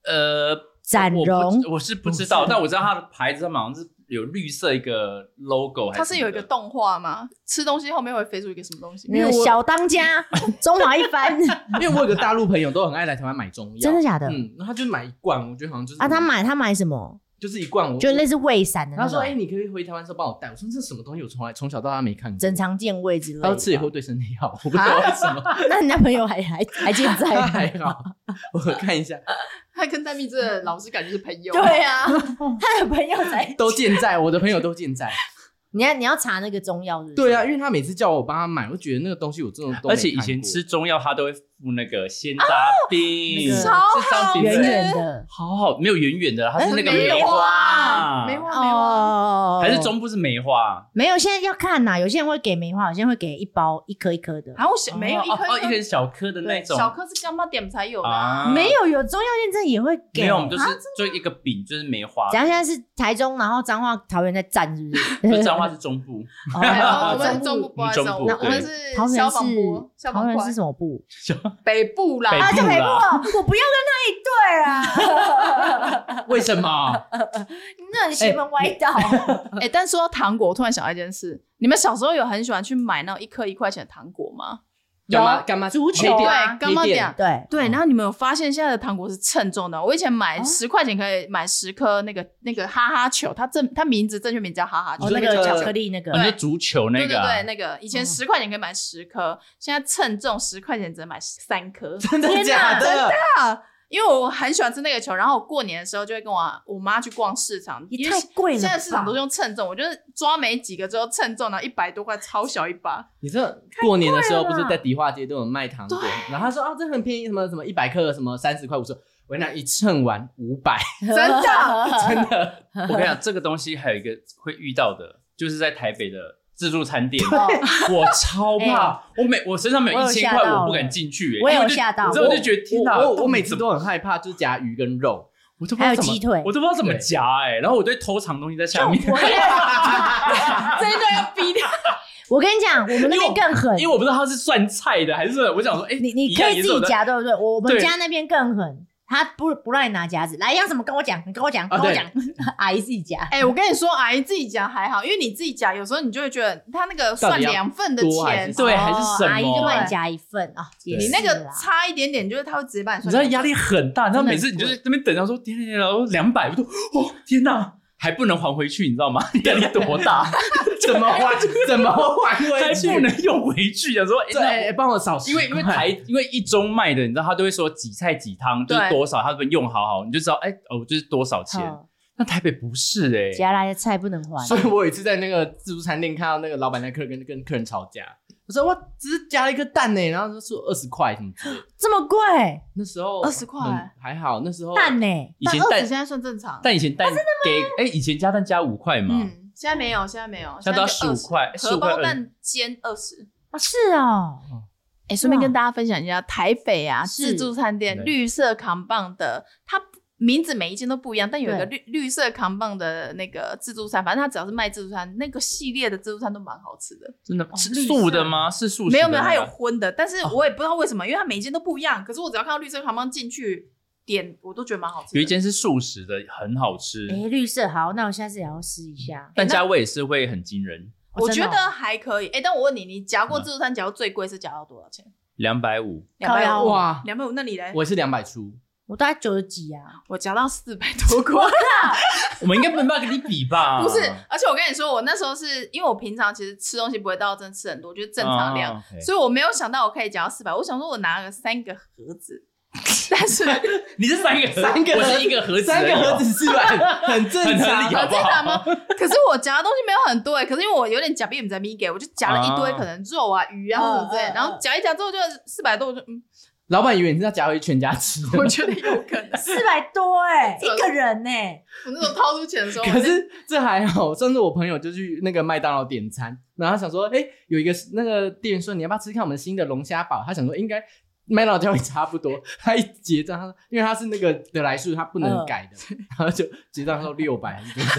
S4: 呃，
S6: 展
S4: 我不
S6: 荣
S4: 我是不知道，但我知道它的牌子上面好像是有绿色一个 logo，还
S7: 它是有一个
S4: 什么的
S7: 动画吗？吃东西后面会飞出一个什么东西？
S6: 那个小当 家，中华一 番，
S2: 因为我有个大陆朋友都很爱来台湾买中药，
S6: 真的假的？
S2: 嗯，然后他就买一罐，我觉得好像就是
S6: 啊，他买他买什么？
S2: 就是一罐，我
S6: 就类似胃散的那
S2: 他说：“哎、
S6: 种，
S2: 你可不可以回台湾的时候帮我带。”我说：“这什么东西？我从来从小到大没看过。”
S6: 整肠健胃之类
S2: 他
S6: 的啊
S2: 说：“吃以后对身体好。”我不知道为什么，
S6: 那你男朋友还还还健在
S2: 他
S6: 吗？
S2: 还好。 我看一下，
S7: 它 跟戴蜜这个老师感觉是朋友。
S6: 对啊， 他的朋友 才。
S2: 都健在，我的朋友都健 在。
S6: 你要你要查那个中药是不是？
S2: 对啊，，因为他每次叫我帮他买，我觉得那个东西我真的都没
S4: 而且以
S2: 看
S4: 前
S2: 过
S4: 吃中药，它都会附那个鲜扎
S6: 那
S4: 冰，
S6: 个
S4: 是张饼
S6: 圆
S4: 对
S6: 圆的
S4: 好好，没有圆圆的，它啊是那个
S7: 梅
S4: 梅
S7: 花，梅啊花，梅花，
S6: 哦，
S4: 还是中部是梅花？
S6: 没有，现在要看呐，有些人会给梅花，有些人会给一包一颗一颗的。
S7: 然后小没有一
S4: 哦哦，
S7: 颗
S4: 一根小颗的那
S7: 对
S4: 种
S7: 小颗是干妈点才有的啊。
S4: 啊，
S6: 没有，有中药验证也会给。
S4: 没有，我们就是
S6: 啊
S4: 就一个饼，就是梅花，
S6: 怎样？现在是台中，然后彰化、桃园在战，是不
S4: 不
S6: 是？
S4: 是彰化是中部，
S6: 哦
S7: 哎我们是
S6: 中
S7: 中部，不好意思，
S4: 中部
S7: 我们我们
S6: 桃
S7: 是消
S6: 园
S7: 防部，
S6: 是
S7: 消
S6: 桃
S7: 防
S6: 园
S7: 官
S6: 是什么部？
S7: 北部啦，
S4: 北
S7: 啊
S6: 啊，
S4: 部
S6: 就北部
S4: 啦
S6: 哦，我不要跟他一对啊！
S2: 为什么？
S6: 那很邪门歪道。
S7: 哎、但说到糖果，我突然想到一件事：你们小时候有很喜欢去买那种一颗一块钱的糖果吗？
S2: 干嘛干嘛？
S6: 足球啊
S7: 对干嘛
S2: 黑
S7: 点
S6: 对，
S4: 嗯
S7: 对，然后你们有发现现在的糖果是称重的？我以前
S4: 哦
S7: 买十块钱可以买十颗那个那个哈哈球，它正它名字正确名叫哈哈球，
S6: 哦，那
S2: 那
S6: 个
S2: 个
S6: 巧克力那个
S4: 你，说足球那
S7: 对对
S4: 个
S7: 对，
S4: 啊，
S7: 那个以前十块钱可以买十颗，现在称重十块钱只能买三颗。
S2: 真的假的？
S7: 啊， 因为我很喜欢吃那个球，然后我过年的时候就会跟我我妈去逛市场，
S6: 也
S7: 因为
S6: 太贵了吧。
S7: 现在市场都是用称重，我就是抓没几个之后称重，然后一百多块，超小一把。
S2: 你这过年的时候不是在迪化街都有卖糖果，然后他说啊，这很便宜，什么什么一百克，什么三十块五十，我跟你讲一称完五百，
S7: 真的
S2: 真的。
S4: 我跟你讲，这个东西还有一个会遇到的，就是在台北的自助餐店，
S6: 哦
S4: 我超怕，我每我身上没
S6: 我
S4: 有
S6: 有
S4: 一千
S6: 吓
S4: 块，
S6: 到
S4: 我不
S6: 了
S4: 敢进去、欸，
S6: 我
S4: 因
S6: 有
S4: 为就
S6: 吓到
S4: 你知道我就觉得天哪，
S2: 我
S4: 到
S2: 我
S4: 底
S2: 每
S4: 怎
S2: 次
S4: 么
S2: 都很害怕，就夹鱼跟肉，
S4: 我都不知道
S6: 还有
S4: 怎么
S6: 鸡，腿
S4: 我，都不知道怎么夹哎、然后我都会偷藏东西在下面，
S7: 这一段要逼掉。
S6: 我跟你讲，我们那边更狠
S4: 因为。我不知道它是算菜的还是我想说，哎、
S6: 你你
S4: 一
S6: 可
S4: 样
S6: 以
S4: 也
S6: 自
S4: 是有
S6: 己
S4: 的，
S6: 夹，对不对？我我们
S4: 对
S6: 家那边更狠，他不不让你拿夹子，来要什么跟我讲，你跟我讲，跟
S2: 啊
S6: 我
S2: 对
S6: 讲，阿姨自己夹。
S7: 哎、我跟你说，阿姨自己夹还好，因为你自己夹，有时候你就会觉得他那个算两份的
S2: 到底要多还
S7: 钱
S2: 是，
S4: 对，还是
S6: 哦
S4: 什么？
S6: 阿姨就帮你夹一份啊，也
S7: 你
S6: 是
S7: 那个
S6: 啦
S7: 差一点点，就是他会直接把你
S4: 你
S7: 算
S4: 知
S7: 两
S4: 道
S7: 份。
S4: 压力很大，你知道每次你就是这边等，然后说天天天，然后两百，我都哦天哪，还不能还回去，你知道吗？ 压力多大，
S2: 怎么还怎么还
S4: 还
S2: 回去？
S4: 不能用回去，想说哎
S2: 对，
S4: 那
S2: 哎帮我扫十
S4: 因
S2: 块，
S4: 为因为台因为一中卖的，你知道他都会说几菜几汤就是
S7: 对
S4: 多少，他都用好好，你就知道哎、哦就是多少钱。
S6: 好
S4: 那台北不是哎、
S6: 夹来的菜不能 还，
S2: 所以我有一次在那个自助餐店看到那个老板在客人跟跟客人吵架，我说我只是加了一颗蛋呢，然后就说二十块什么之类的。
S6: 这么贵，
S2: 那时候
S7: 20块
S2: 嗯还好，那时候
S6: 哦蛋呢？哦
S4: 以前
S7: 但二
S4: 蛋
S7: 十现在算正常，
S4: 但以前蛋给哎、以前加蛋加五块嘛，
S7: 嗯，现在没有，现在没有，
S4: 现在都要
S7: 就20
S4: 15块
S7: 呃荷
S4: 15块
S7: 包蛋煎二十。
S6: 哦，是哦，
S7: 哎、顺便跟大家分享一下，台北啊，
S6: 是
S7: 自助餐店
S4: 对
S7: 绿色扛棒的，它名字每一间都不一样，但有一个
S6: 对
S7: 绿绿色扛棒的那个自助餐，反正它只要是卖自助餐，那个系列的自助餐都蛮好吃的。
S4: 真的是
S7: 哦绿色
S4: 素的吗？是素食的哦
S7: 没有没有，
S4: 吗
S7: 它有荤的，但是我也不知道为什么，因为它每一间都不一样。可是我只要看到绿色扛棒进去点，我都觉得蛮好吃的。
S4: 有一间是素食的，很好吃，
S6: 哎，绿色好，那我下次也要试一下。
S4: 但价位也是会很惊人，
S6: 哦
S7: 我
S6: 真
S7: 觉
S6: 的哦
S7: 得还可以。哎、但我问你，你夹
S4: 嗯
S7: 过自助餐夹到最贵是夹到多少钱？
S4: 两百五。
S7: 两
S6: 靠
S7: 百
S6: 腰
S7: 五，
S2: 哇，
S7: 两百五。那你嘞？
S2: 我是两百出，
S6: 我大概九十几啊，
S7: 我夹到四百多块。
S4: 我们应该没办法跟你比吧？
S7: 不是，而且我跟你说，我那时候是因为我平常其实吃东西不会到真的吃很多，就是正常量，
S4: 啊，OK
S7: 所以我没有想到我可以夹到四百。我想说，我拿了三个盒子，但是
S4: 你是三个盒子，
S2: 三个盒
S4: 我
S2: 子
S4: 是一个盒子而
S2: 三
S4: 已
S2: 个
S4: 哦，
S2: 盒子吃完很正
S4: 很合
S2: 常
S4: 理，好不
S7: 这
S4: 好
S7: 样？吗？可是我夹的东西没有很多哎、可是因为我有点夹不在咪给，我就夹了一堆
S4: 啊
S7: 可能肉啊、鱼啊
S6: 嗯
S7: 什么之类的，
S6: 嗯
S7: 然后夹一夹之后就四百多，我就嗯，
S2: 老板以为你是要夹回全家吃，
S7: 我觉得有可能。
S6: 四百多哎，
S7: 这
S6: 一个人呢，
S7: 我那时候掏出钱的时候，
S2: 可是这还好，上次我朋友就去那个麦当劳点餐，然后他想说，哎、有一个那个店员说你要不要吃看我们新的龙虾堡？他想说应该麦当劳价位差不多， 他一结账，他说因为他是那个得来速，他不能
S6: 嗯
S2: 改的，然后就结账说六百还是多少？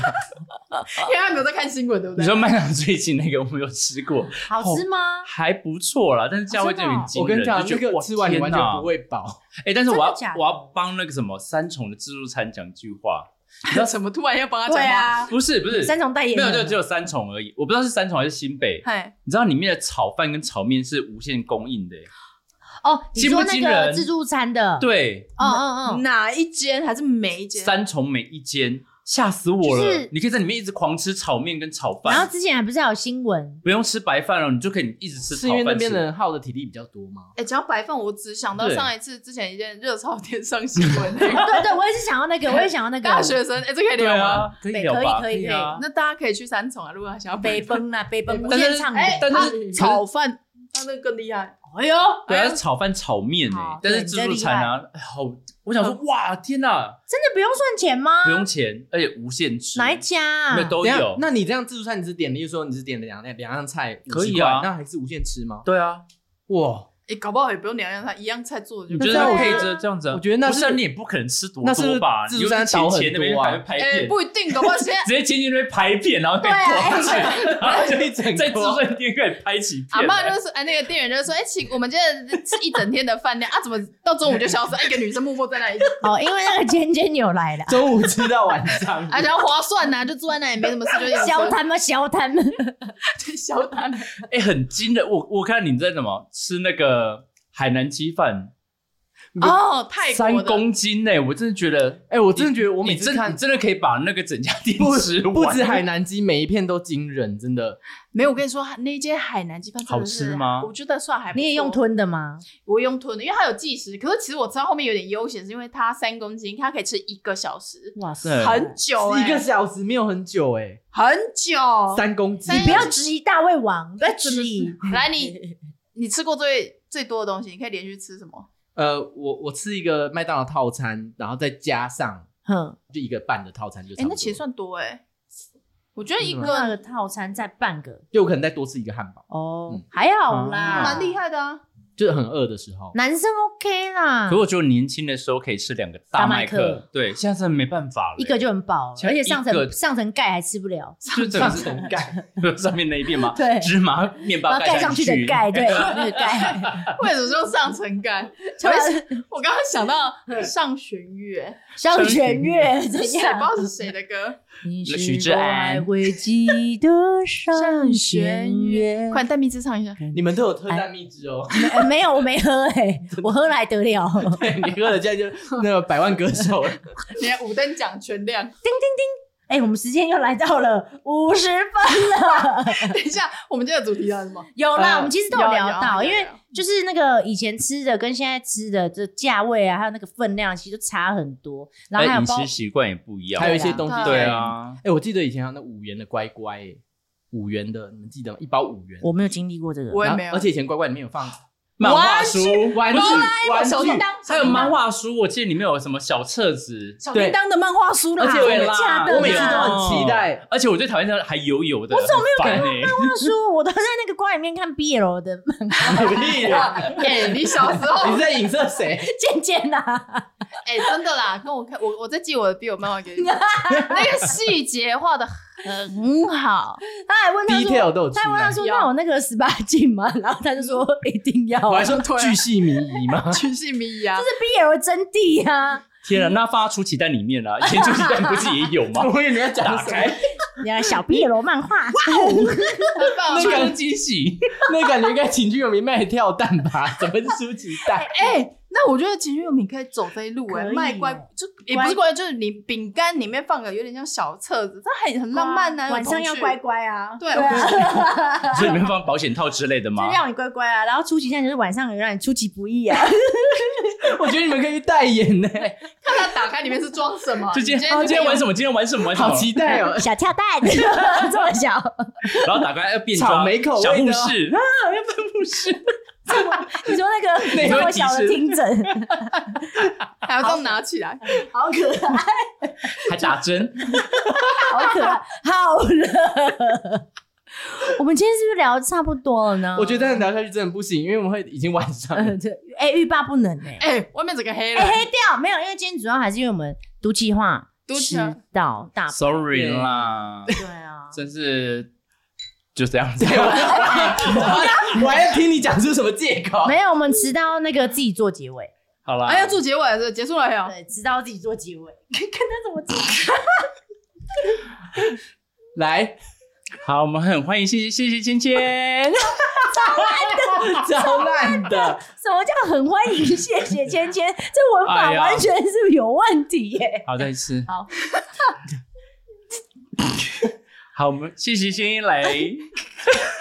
S7: 因为他没有在看新闻，对不
S4: 你
S7: 对？
S4: 说麦当劳最近那个我没有吃过，
S6: 好
S4: 哦
S6: 吃吗？
S4: 还不错啦，但是价位
S7: 啊
S4: 就有
S7: 哦
S4: 点惊人。
S2: 我跟你讲，
S4: 就
S2: 那
S4: 觉得
S2: 个吃完你完全不。
S4: 哇天哪
S2: 会饱。
S4: 哎，但是我要
S6: 真的假的
S4: 我要帮那个什么三重的自助餐讲句话，
S7: 那什么突然要帮他
S6: 对
S7: 讲话？
S6: 啊，
S4: 不是不是，
S6: 三重代言
S4: 没有
S6: 人
S4: 就只有三重而已，我不知道是三重还是新北。
S7: 嗨，
S4: 你知道里面的炒饭跟炒面是无限供应的耶，
S6: 哦，你
S4: 惊不
S6: 说
S4: 惊
S6: 那
S4: 人
S6: 个自助餐的，，
S4: 对，
S6: 嗯嗯嗯，
S7: 哪一间还是每一间？
S4: 三重每一间，吓死我了！
S6: 啊就是
S4: 你可以在里面一直狂吃炒面跟炒
S6: 然
S4: 饭
S6: 后，之前还不是还有新 闻，
S4: 不用吃白饭哦了，你就可以一直吃炒
S2: 是因为那
S4: 饭。
S2: 边
S4: 吃
S2: 的人耗的体力比较多吗？
S7: 哎，讲到白饭，我只想到
S4: 对啊
S7: 上一次之前一件热炒店上新闻， 那个
S6: 对对，我也是想要那个，我也想要那个
S7: 大学生，哎，这可以
S4: 对
S7: 聊吗？
S4: 啊，可以
S6: 北
S4: 聊吧？
S6: 可以可以
S4: 啊。
S7: 那大家可以去三重啊，如果想要
S6: 北
S7: 北奔，
S6: 奔啊，北奔无
S4: 但
S6: 限
S4: 是
S6: 畅饮，
S7: 哎，
S4: 但是
S7: 他
S4: 可是
S7: 炒饭，他那个更厉害。
S6: 哎呦，
S4: 对
S7: 哎
S4: 啊，
S7: 呀
S4: 是炒饭炒面哎
S6: 好，
S4: 但是
S6: 对嗯
S4: 自助餐啊，哎好，我想说，哇，天哪，
S6: 真的不用算钱吗？
S4: 不用钱，而且无限吃，
S6: 哪一家啊？
S4: 没有都
S2: 等一下
S4: 有。
S2: 那你这样自助餐你只点，例如说你只点了两样两样菜，
S4: 可
S2: 50
S4: 以
S2: 块
S4: 啊
S2: 那还是无限吃吗？
S4: 对啊，
S2: 哇，
S7: 哎，搞不好也不用两样菜，一样菜做的
S4: 你
S7: 就
S4: 就是
S2: 那
S4: 要
S2: 我
S4: 配着这样子啊，
S2: 我觉得那
S4: 不
S2: 是
S4: 是啊你也不可能吃多
S2: 那是不
S4: 多
S2: 是
S4: 吧？
S2: 自助餐
S4: 你
S2: 倒
S4: 又
S2: 很
S4: 前那边
S2: 多啊
S4: 排排
S7: 哎，
S4: 片，
S7: 不一定，搞不好现在
S4: 直接前进那边排片，然后被
S6: 对啊
S4: 拖去， 然后就
S2: 一整锅，
S4: 在自助餐店可以拍起
S7: 阿
S4: 片
S7: 妈
S4: 来。
S7: 就是哎，那个店员就说：“哎，请我们今天吃一整天的饭量啊，怎么到中午就消失？哎一个女生默默在那里，
S6: 哦，因为那个尖尖有 来了
S2: 中午吃到晚上，
S7: 而且哎划算啊呐，就坐在那里没什么事，就一
S4: 啊
S7: 直
S6: 消
S7: 说
S6: 摊吗？消摊吗？
S7: 消摊。
S4: 哎，很惊人。我我看你在什么吃那个海南鸡饭，
S7: 哦，泰
S4: 三
S7: 国的
S4: 公斤呢，我真的觉得。
S2: 哎，我真的觉得我每
S4: 你
S2: 次
S4: 真
S2: 看
S4: 你真的可以把那个整家店
S2: 不
S4: 吃完，
S2: 不止海南鸡，每一片都惊人，真的。
S7: 没有，我跟你说，那间海南鸡饭真的是
S4: 好吃吗
S7: 我觉得算还不错
S6: 你也用，吞的吗？
S7: 我用吞的，因为它有计时。可是其实我知道后面有点悠闲，是因为它三公斤，它可以吃一个小时，
S6: 哇塞！
S4: 对
S7: 很久、欸，
S2: 一个小时没有很久哎、
S7: 很久。
S2: 三公斤，
S7: 你
S6: 不要质疑大胃王，不要质疑。
S7: 来，你你吃过最最多的东西，你可以连续吃什么？
S2: 呃，我我吃一个麦当劳套餐，然后再加上
S6: 哼，
S2: 就一个半的套餐就差
S7: 哎、
S2: 不多。
S7: 那其实算多哎、我觉得一
S6: 那个
S7: 个
S6: 套餐再半个
S2: 就我可能再多吃一个汉堡，
S6: 哦
S2: 嗯，
S6: 还好
S4: 啊
S6: 啦，
S7: 蛮厉。害的啊。
S2: 就是很饿的时候。
S6: 男生 OK 啦
S4: 可，我觉得年轻的时候可以吃两个大麦
S6: 大麦克
S4: 对，现在真的没办法了，欸
S6: 一个就很饱了，
S4: 其实
S6: 而且上
S4: 一个
S6: 层上层盖还吃不了，
S4: 就整个
S2: 上
S4: 是
S2: 层盖，
S4: 上面那一片嘛，
S6: 对
S4: 芝麻面包
S6: 把它盖
S4: 上
S6: 上去的盖， 对，那个盖，
S7: 为什么用上层 干？
S6: 就
S7: 我刚刚想到上弦月，
S6: 上弦月
S7: 不
S6: 怎
S7: 知
S6: 样？
S7: 道是谁的歌。。
S6: 你
S4: 是许志
S6: 否
S4: 安
S6: 还会记得上弦月
S7: 快带蜜汁唱一下。
S2: 你们都有
S7: 哎
S2: 特蛋蜜汁 哦，
S6: 呃没有，我没喝哎，我喝了还得 了？叮叮
S2: 你喝了现在 就那个百万歌手了。
S7: 你的五等奖全亮。
S6: 叮，哎，我们时间又来到了五十分了。
S7: 等一下，我们今天的主题叫什么？
S6: 有啦，
S2: 呃
S6: 我们其实都有聊到，
S7: 有有
S6: 因为
S7: 有嗯
S6: 就是那个以前吃的跟现在吃的这价位啊，还有那个分量，其实都差很多。然后还
S4: 哎，
S6: 有
S4: 饮
S6: 包
S4: 食习惯也不一样，
S2: 还有一些东西，
S4: 对，啊，
S2: 哎、我记得以前还有那五元的乖乖、哎，五元的，你们记得吗？一包五元，
S6: 我没有经历过这个，
S7: 我也
S2: 然后
S7: 没有
S2: 而且以前乖乖里面有 放
S4: 漫画书、
S2: 玩具、玩
S7: 小
S2: 具
S7: 叮，当，
S4: 还有漫画书，我记得里面有什么小册子，
S7: 小
S2: 对
S7: 叮当的漫画书
S2: 而且我
S4: 对
S2: 也
S4: 啦
S6: 假的
S2: 我每次都很期待，
S4: 而且我最讨厌那还油油的，我欸怎么没有看
S6: 话说我都在那个瓜里面看 BL 的
S2: 屁啦
S7: 哎、你小时候
S2: 你是在影射谁？
S6: 渐渐呐，
S7: 哎、真的啦，跟我看我我在寄我的比我漫画给你， 那个细节画的呃很好，
S6: 他还问他说，
S2: detail 都有出
S6: 他还问他
S2: 来。
S6: 说，
S7: 有
S6: 那我那个十八禁吗？然后他就说一定要
S2: 我
S6: 啊，
S2: 还说巨细靡遗吗？
S7: 曲细迷呀、啊，
S6: BL 真谛啊！
S4: 天啊，那放在出奇蛋里面了，以前出奇蛋不是也有吗？
S2: 我以为你要讲
S4: 打
S2: 什
S4: 开
S2: 么？
S6: 原来小 BL 漫画，
S7: 很棒
S2: 那
S7: 吧。
S2: 个
S4: 超惊喜，
S2: 那感觉应该请去有名卖跳蛋吧？怎么是舒淇蛋？
S7: 哎、那我觉得情趣用品可以走这一路哎、
S6: 可以
S7: 卖乖就也不是乖，就是你饼干里面放个有点像小册子，它很很浪漫呐、啊，
S6: 晚上要乖乖啊，
S7: 对
S6: 对啊，
S4: 所以里面放保险套之类的
S6: 就
S4: 吗？
S6: 让你乖乖啊，然后出奇蛋就是晚上让你出其不意啊。
S2: 我觉得你们可以去代言呢，
S7: 看它打开里面是装什么。
S4: 就今
S7: 你
S4: 天哦今天玩什
S7: 么？
S4: 么？今天玩什么？玩什么
S2: 好期待哦！
S6: 小跳蛋 这么小，
S4: 然后打开要变装
S2: 草莓口味的
S4: 小
S2: 哦
S4: 护士啊，要变护士，
S6: 你说那个这么小的听诊，
S7: 还要这样拿起来，
S6: 好可爱，
S4: 还打针，
S6: 好可爱，好了。我们今天是不是聊得差不多了呢？
S2: 我觉得这样聊下去真的不行，因为我们会已经晚上了
S6: 呃，对，哎，欲罢不能哎、
S7: 哎、外面整个黑了，
S6: 哎、黑掉没有？因为今天主要还是因为我们读计划
S7: 读起
S6: 迟
S7: 来
S6: 到大
S4: Sorry 啦，
S6: 对啊，
S4: 真是就这样子。
S2: 我还 我还要听你讲出什么借口？
S6: 没有，我们迟到那个自己做结尾，
S4: 好啦，
S7: 哎，要做结尾了是结束了没有？
S6: 对，迟到自己做结尾， 看他怎么做。
S2: 来，
S4: 好，我们很欢迎，谢谢谢谢芊芊。
S2: 超烂的，
S6: 什么叫很欢迎？谢谢芊芊，这文法
S4: 哎呀
S6: 完全是有问题耶、
S4: 好，再一次。
S6: 好。
S4: 好，我们谢谢芊芊来。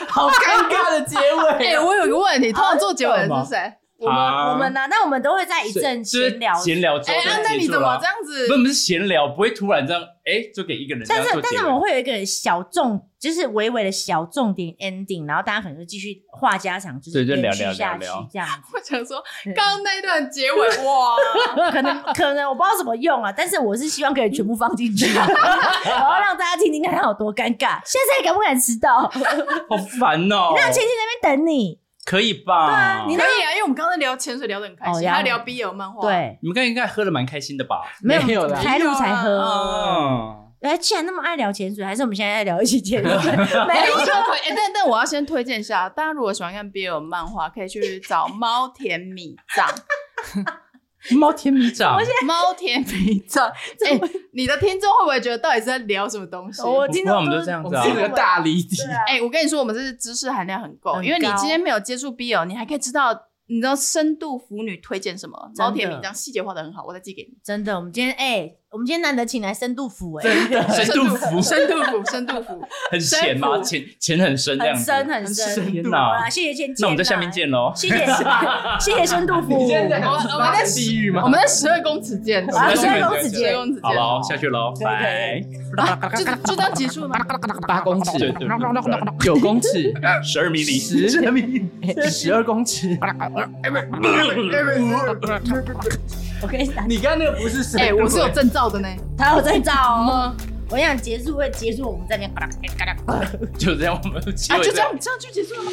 S2: 好尴尬的结尾。
S7: 哎、我有一个问题，通常做结尾的是谁？
S6: 我们
S4: 好
S6: 我们呢、那我们都会在一阵
S4: 就是
S6: 闲聊，
S4: 闲聊之
S7: 哎、
S4: 后
S7: 啊
S4: 再
S7: 那
S4: 结
S7: 你
S4: 束
S7: 怎么
S4: 啦
S7: 这样子
S4: 不？是不是闲聊，不会突然这样，哎，就给一个人这
S6: 但
S4: 样
S6: 是
S4: 做结尾。
S6: 但是我们会有一个小重，就是微微的小重点 ending，然后大家可能就继续话家常，就是
S4: 对就聊
S6: 延续
S4: 聊
S6: 下去
S4: 聊聊
S6: 这样子。
S7: 我想说，刚刚那一段结尾，哇，
S6: 可能可能我不知道怎么用啊，但是我是希望可以全部放进去，然后让大家听听看他有多尴尬。现在敢不敢迟到？
S4: 好烦哦。
S6: 让芊芊在那边等你。
S4: 可以吧？对
S6: 啊你
S7: 可
S6: 那
S7: 以啊，因为我们刚刚在聊潜水聊得很开
S6: 哦
S7: 心，
S6: 呀
S7: 还有聊 BL 漫画，，
S6: 对，
S4: 你们刚才应该喝的蛮开心的吧？
S6: 没有
S2: 没有啦
S6: 才录才
S7: 没有
S6: 喝。
S4: 嗯，
S6: 哎，既然那么爱聊潜水，还是我们现在爱聊一起潜 水？
S7: 哎、
S6: 没有
S7: 我就要推，哎、但但我要先推荐一下，大家如果喜欢看 BL 漫画，可以去找《猫田米藏》。
S4: 嗯猫天米掌，
S7: 猫田米 藏，哎、你的听众会不会觉得到底是在聊什么东西？
S6: 我听
S4: 不过我
S6: 众
S4: 们
S6: 都
S4: 就这 样
S2: 我
S4: 子
S2: 们
S4: 啊
S2: 是。个大离题，
S6: 啊
S7: 哎、我跟你说，我们这是知识含量很够，
S6: 很
S7: 因为你
S6: 高
S7: 今天没有接触 BL，你还可以知道，你知道深度腐女推荐什么，
S6: 真的
S7: 猫田米藏细节画的很好，我再寄给你。
S6: 真的，我们今天哎，我们今天难得请来深度腐哎，
S4: 深度服
S7: 深度腐，深度 腐，
S4: 很浅吗？浅浅很深这样
S6: 很
S4: 子。
S6: 深很深。
S4: 天
S6: 好啦，
S4: 哪！
S6: 谢谢芊芊啊。
S4: 那我们在下面见喽。
S6: 谢谢，谢谢深度
S2: 你
S6: 腐
S2: 现。在在
S7: 我
S2: 讲
S7: 我们在
S2: 地狱吗
S7: 我？们在十二公尺见，
S6: 啊十二公
S4: 尺
S6: 见
S7: 十二公尺
S4: 好
S7: 见，哦
S4: 了，下去喽，拜。
S7: 就就这样结束吗？
S2: 八公
S4: 对
S2: 尺，
S4: 对，
S2: 九公尺，
S4: 十二米里，
S2: 十十二公尺。
S6: 我跟你讲，
S2: 你刚刚那个不是谁？
S7: 哎、我是有证照的呢。
S6: 他有在照哦。我想结束会结束，我们在那边。
S4: 啊就这样，我们
S7: 啊，就这样，这样就结束了吗？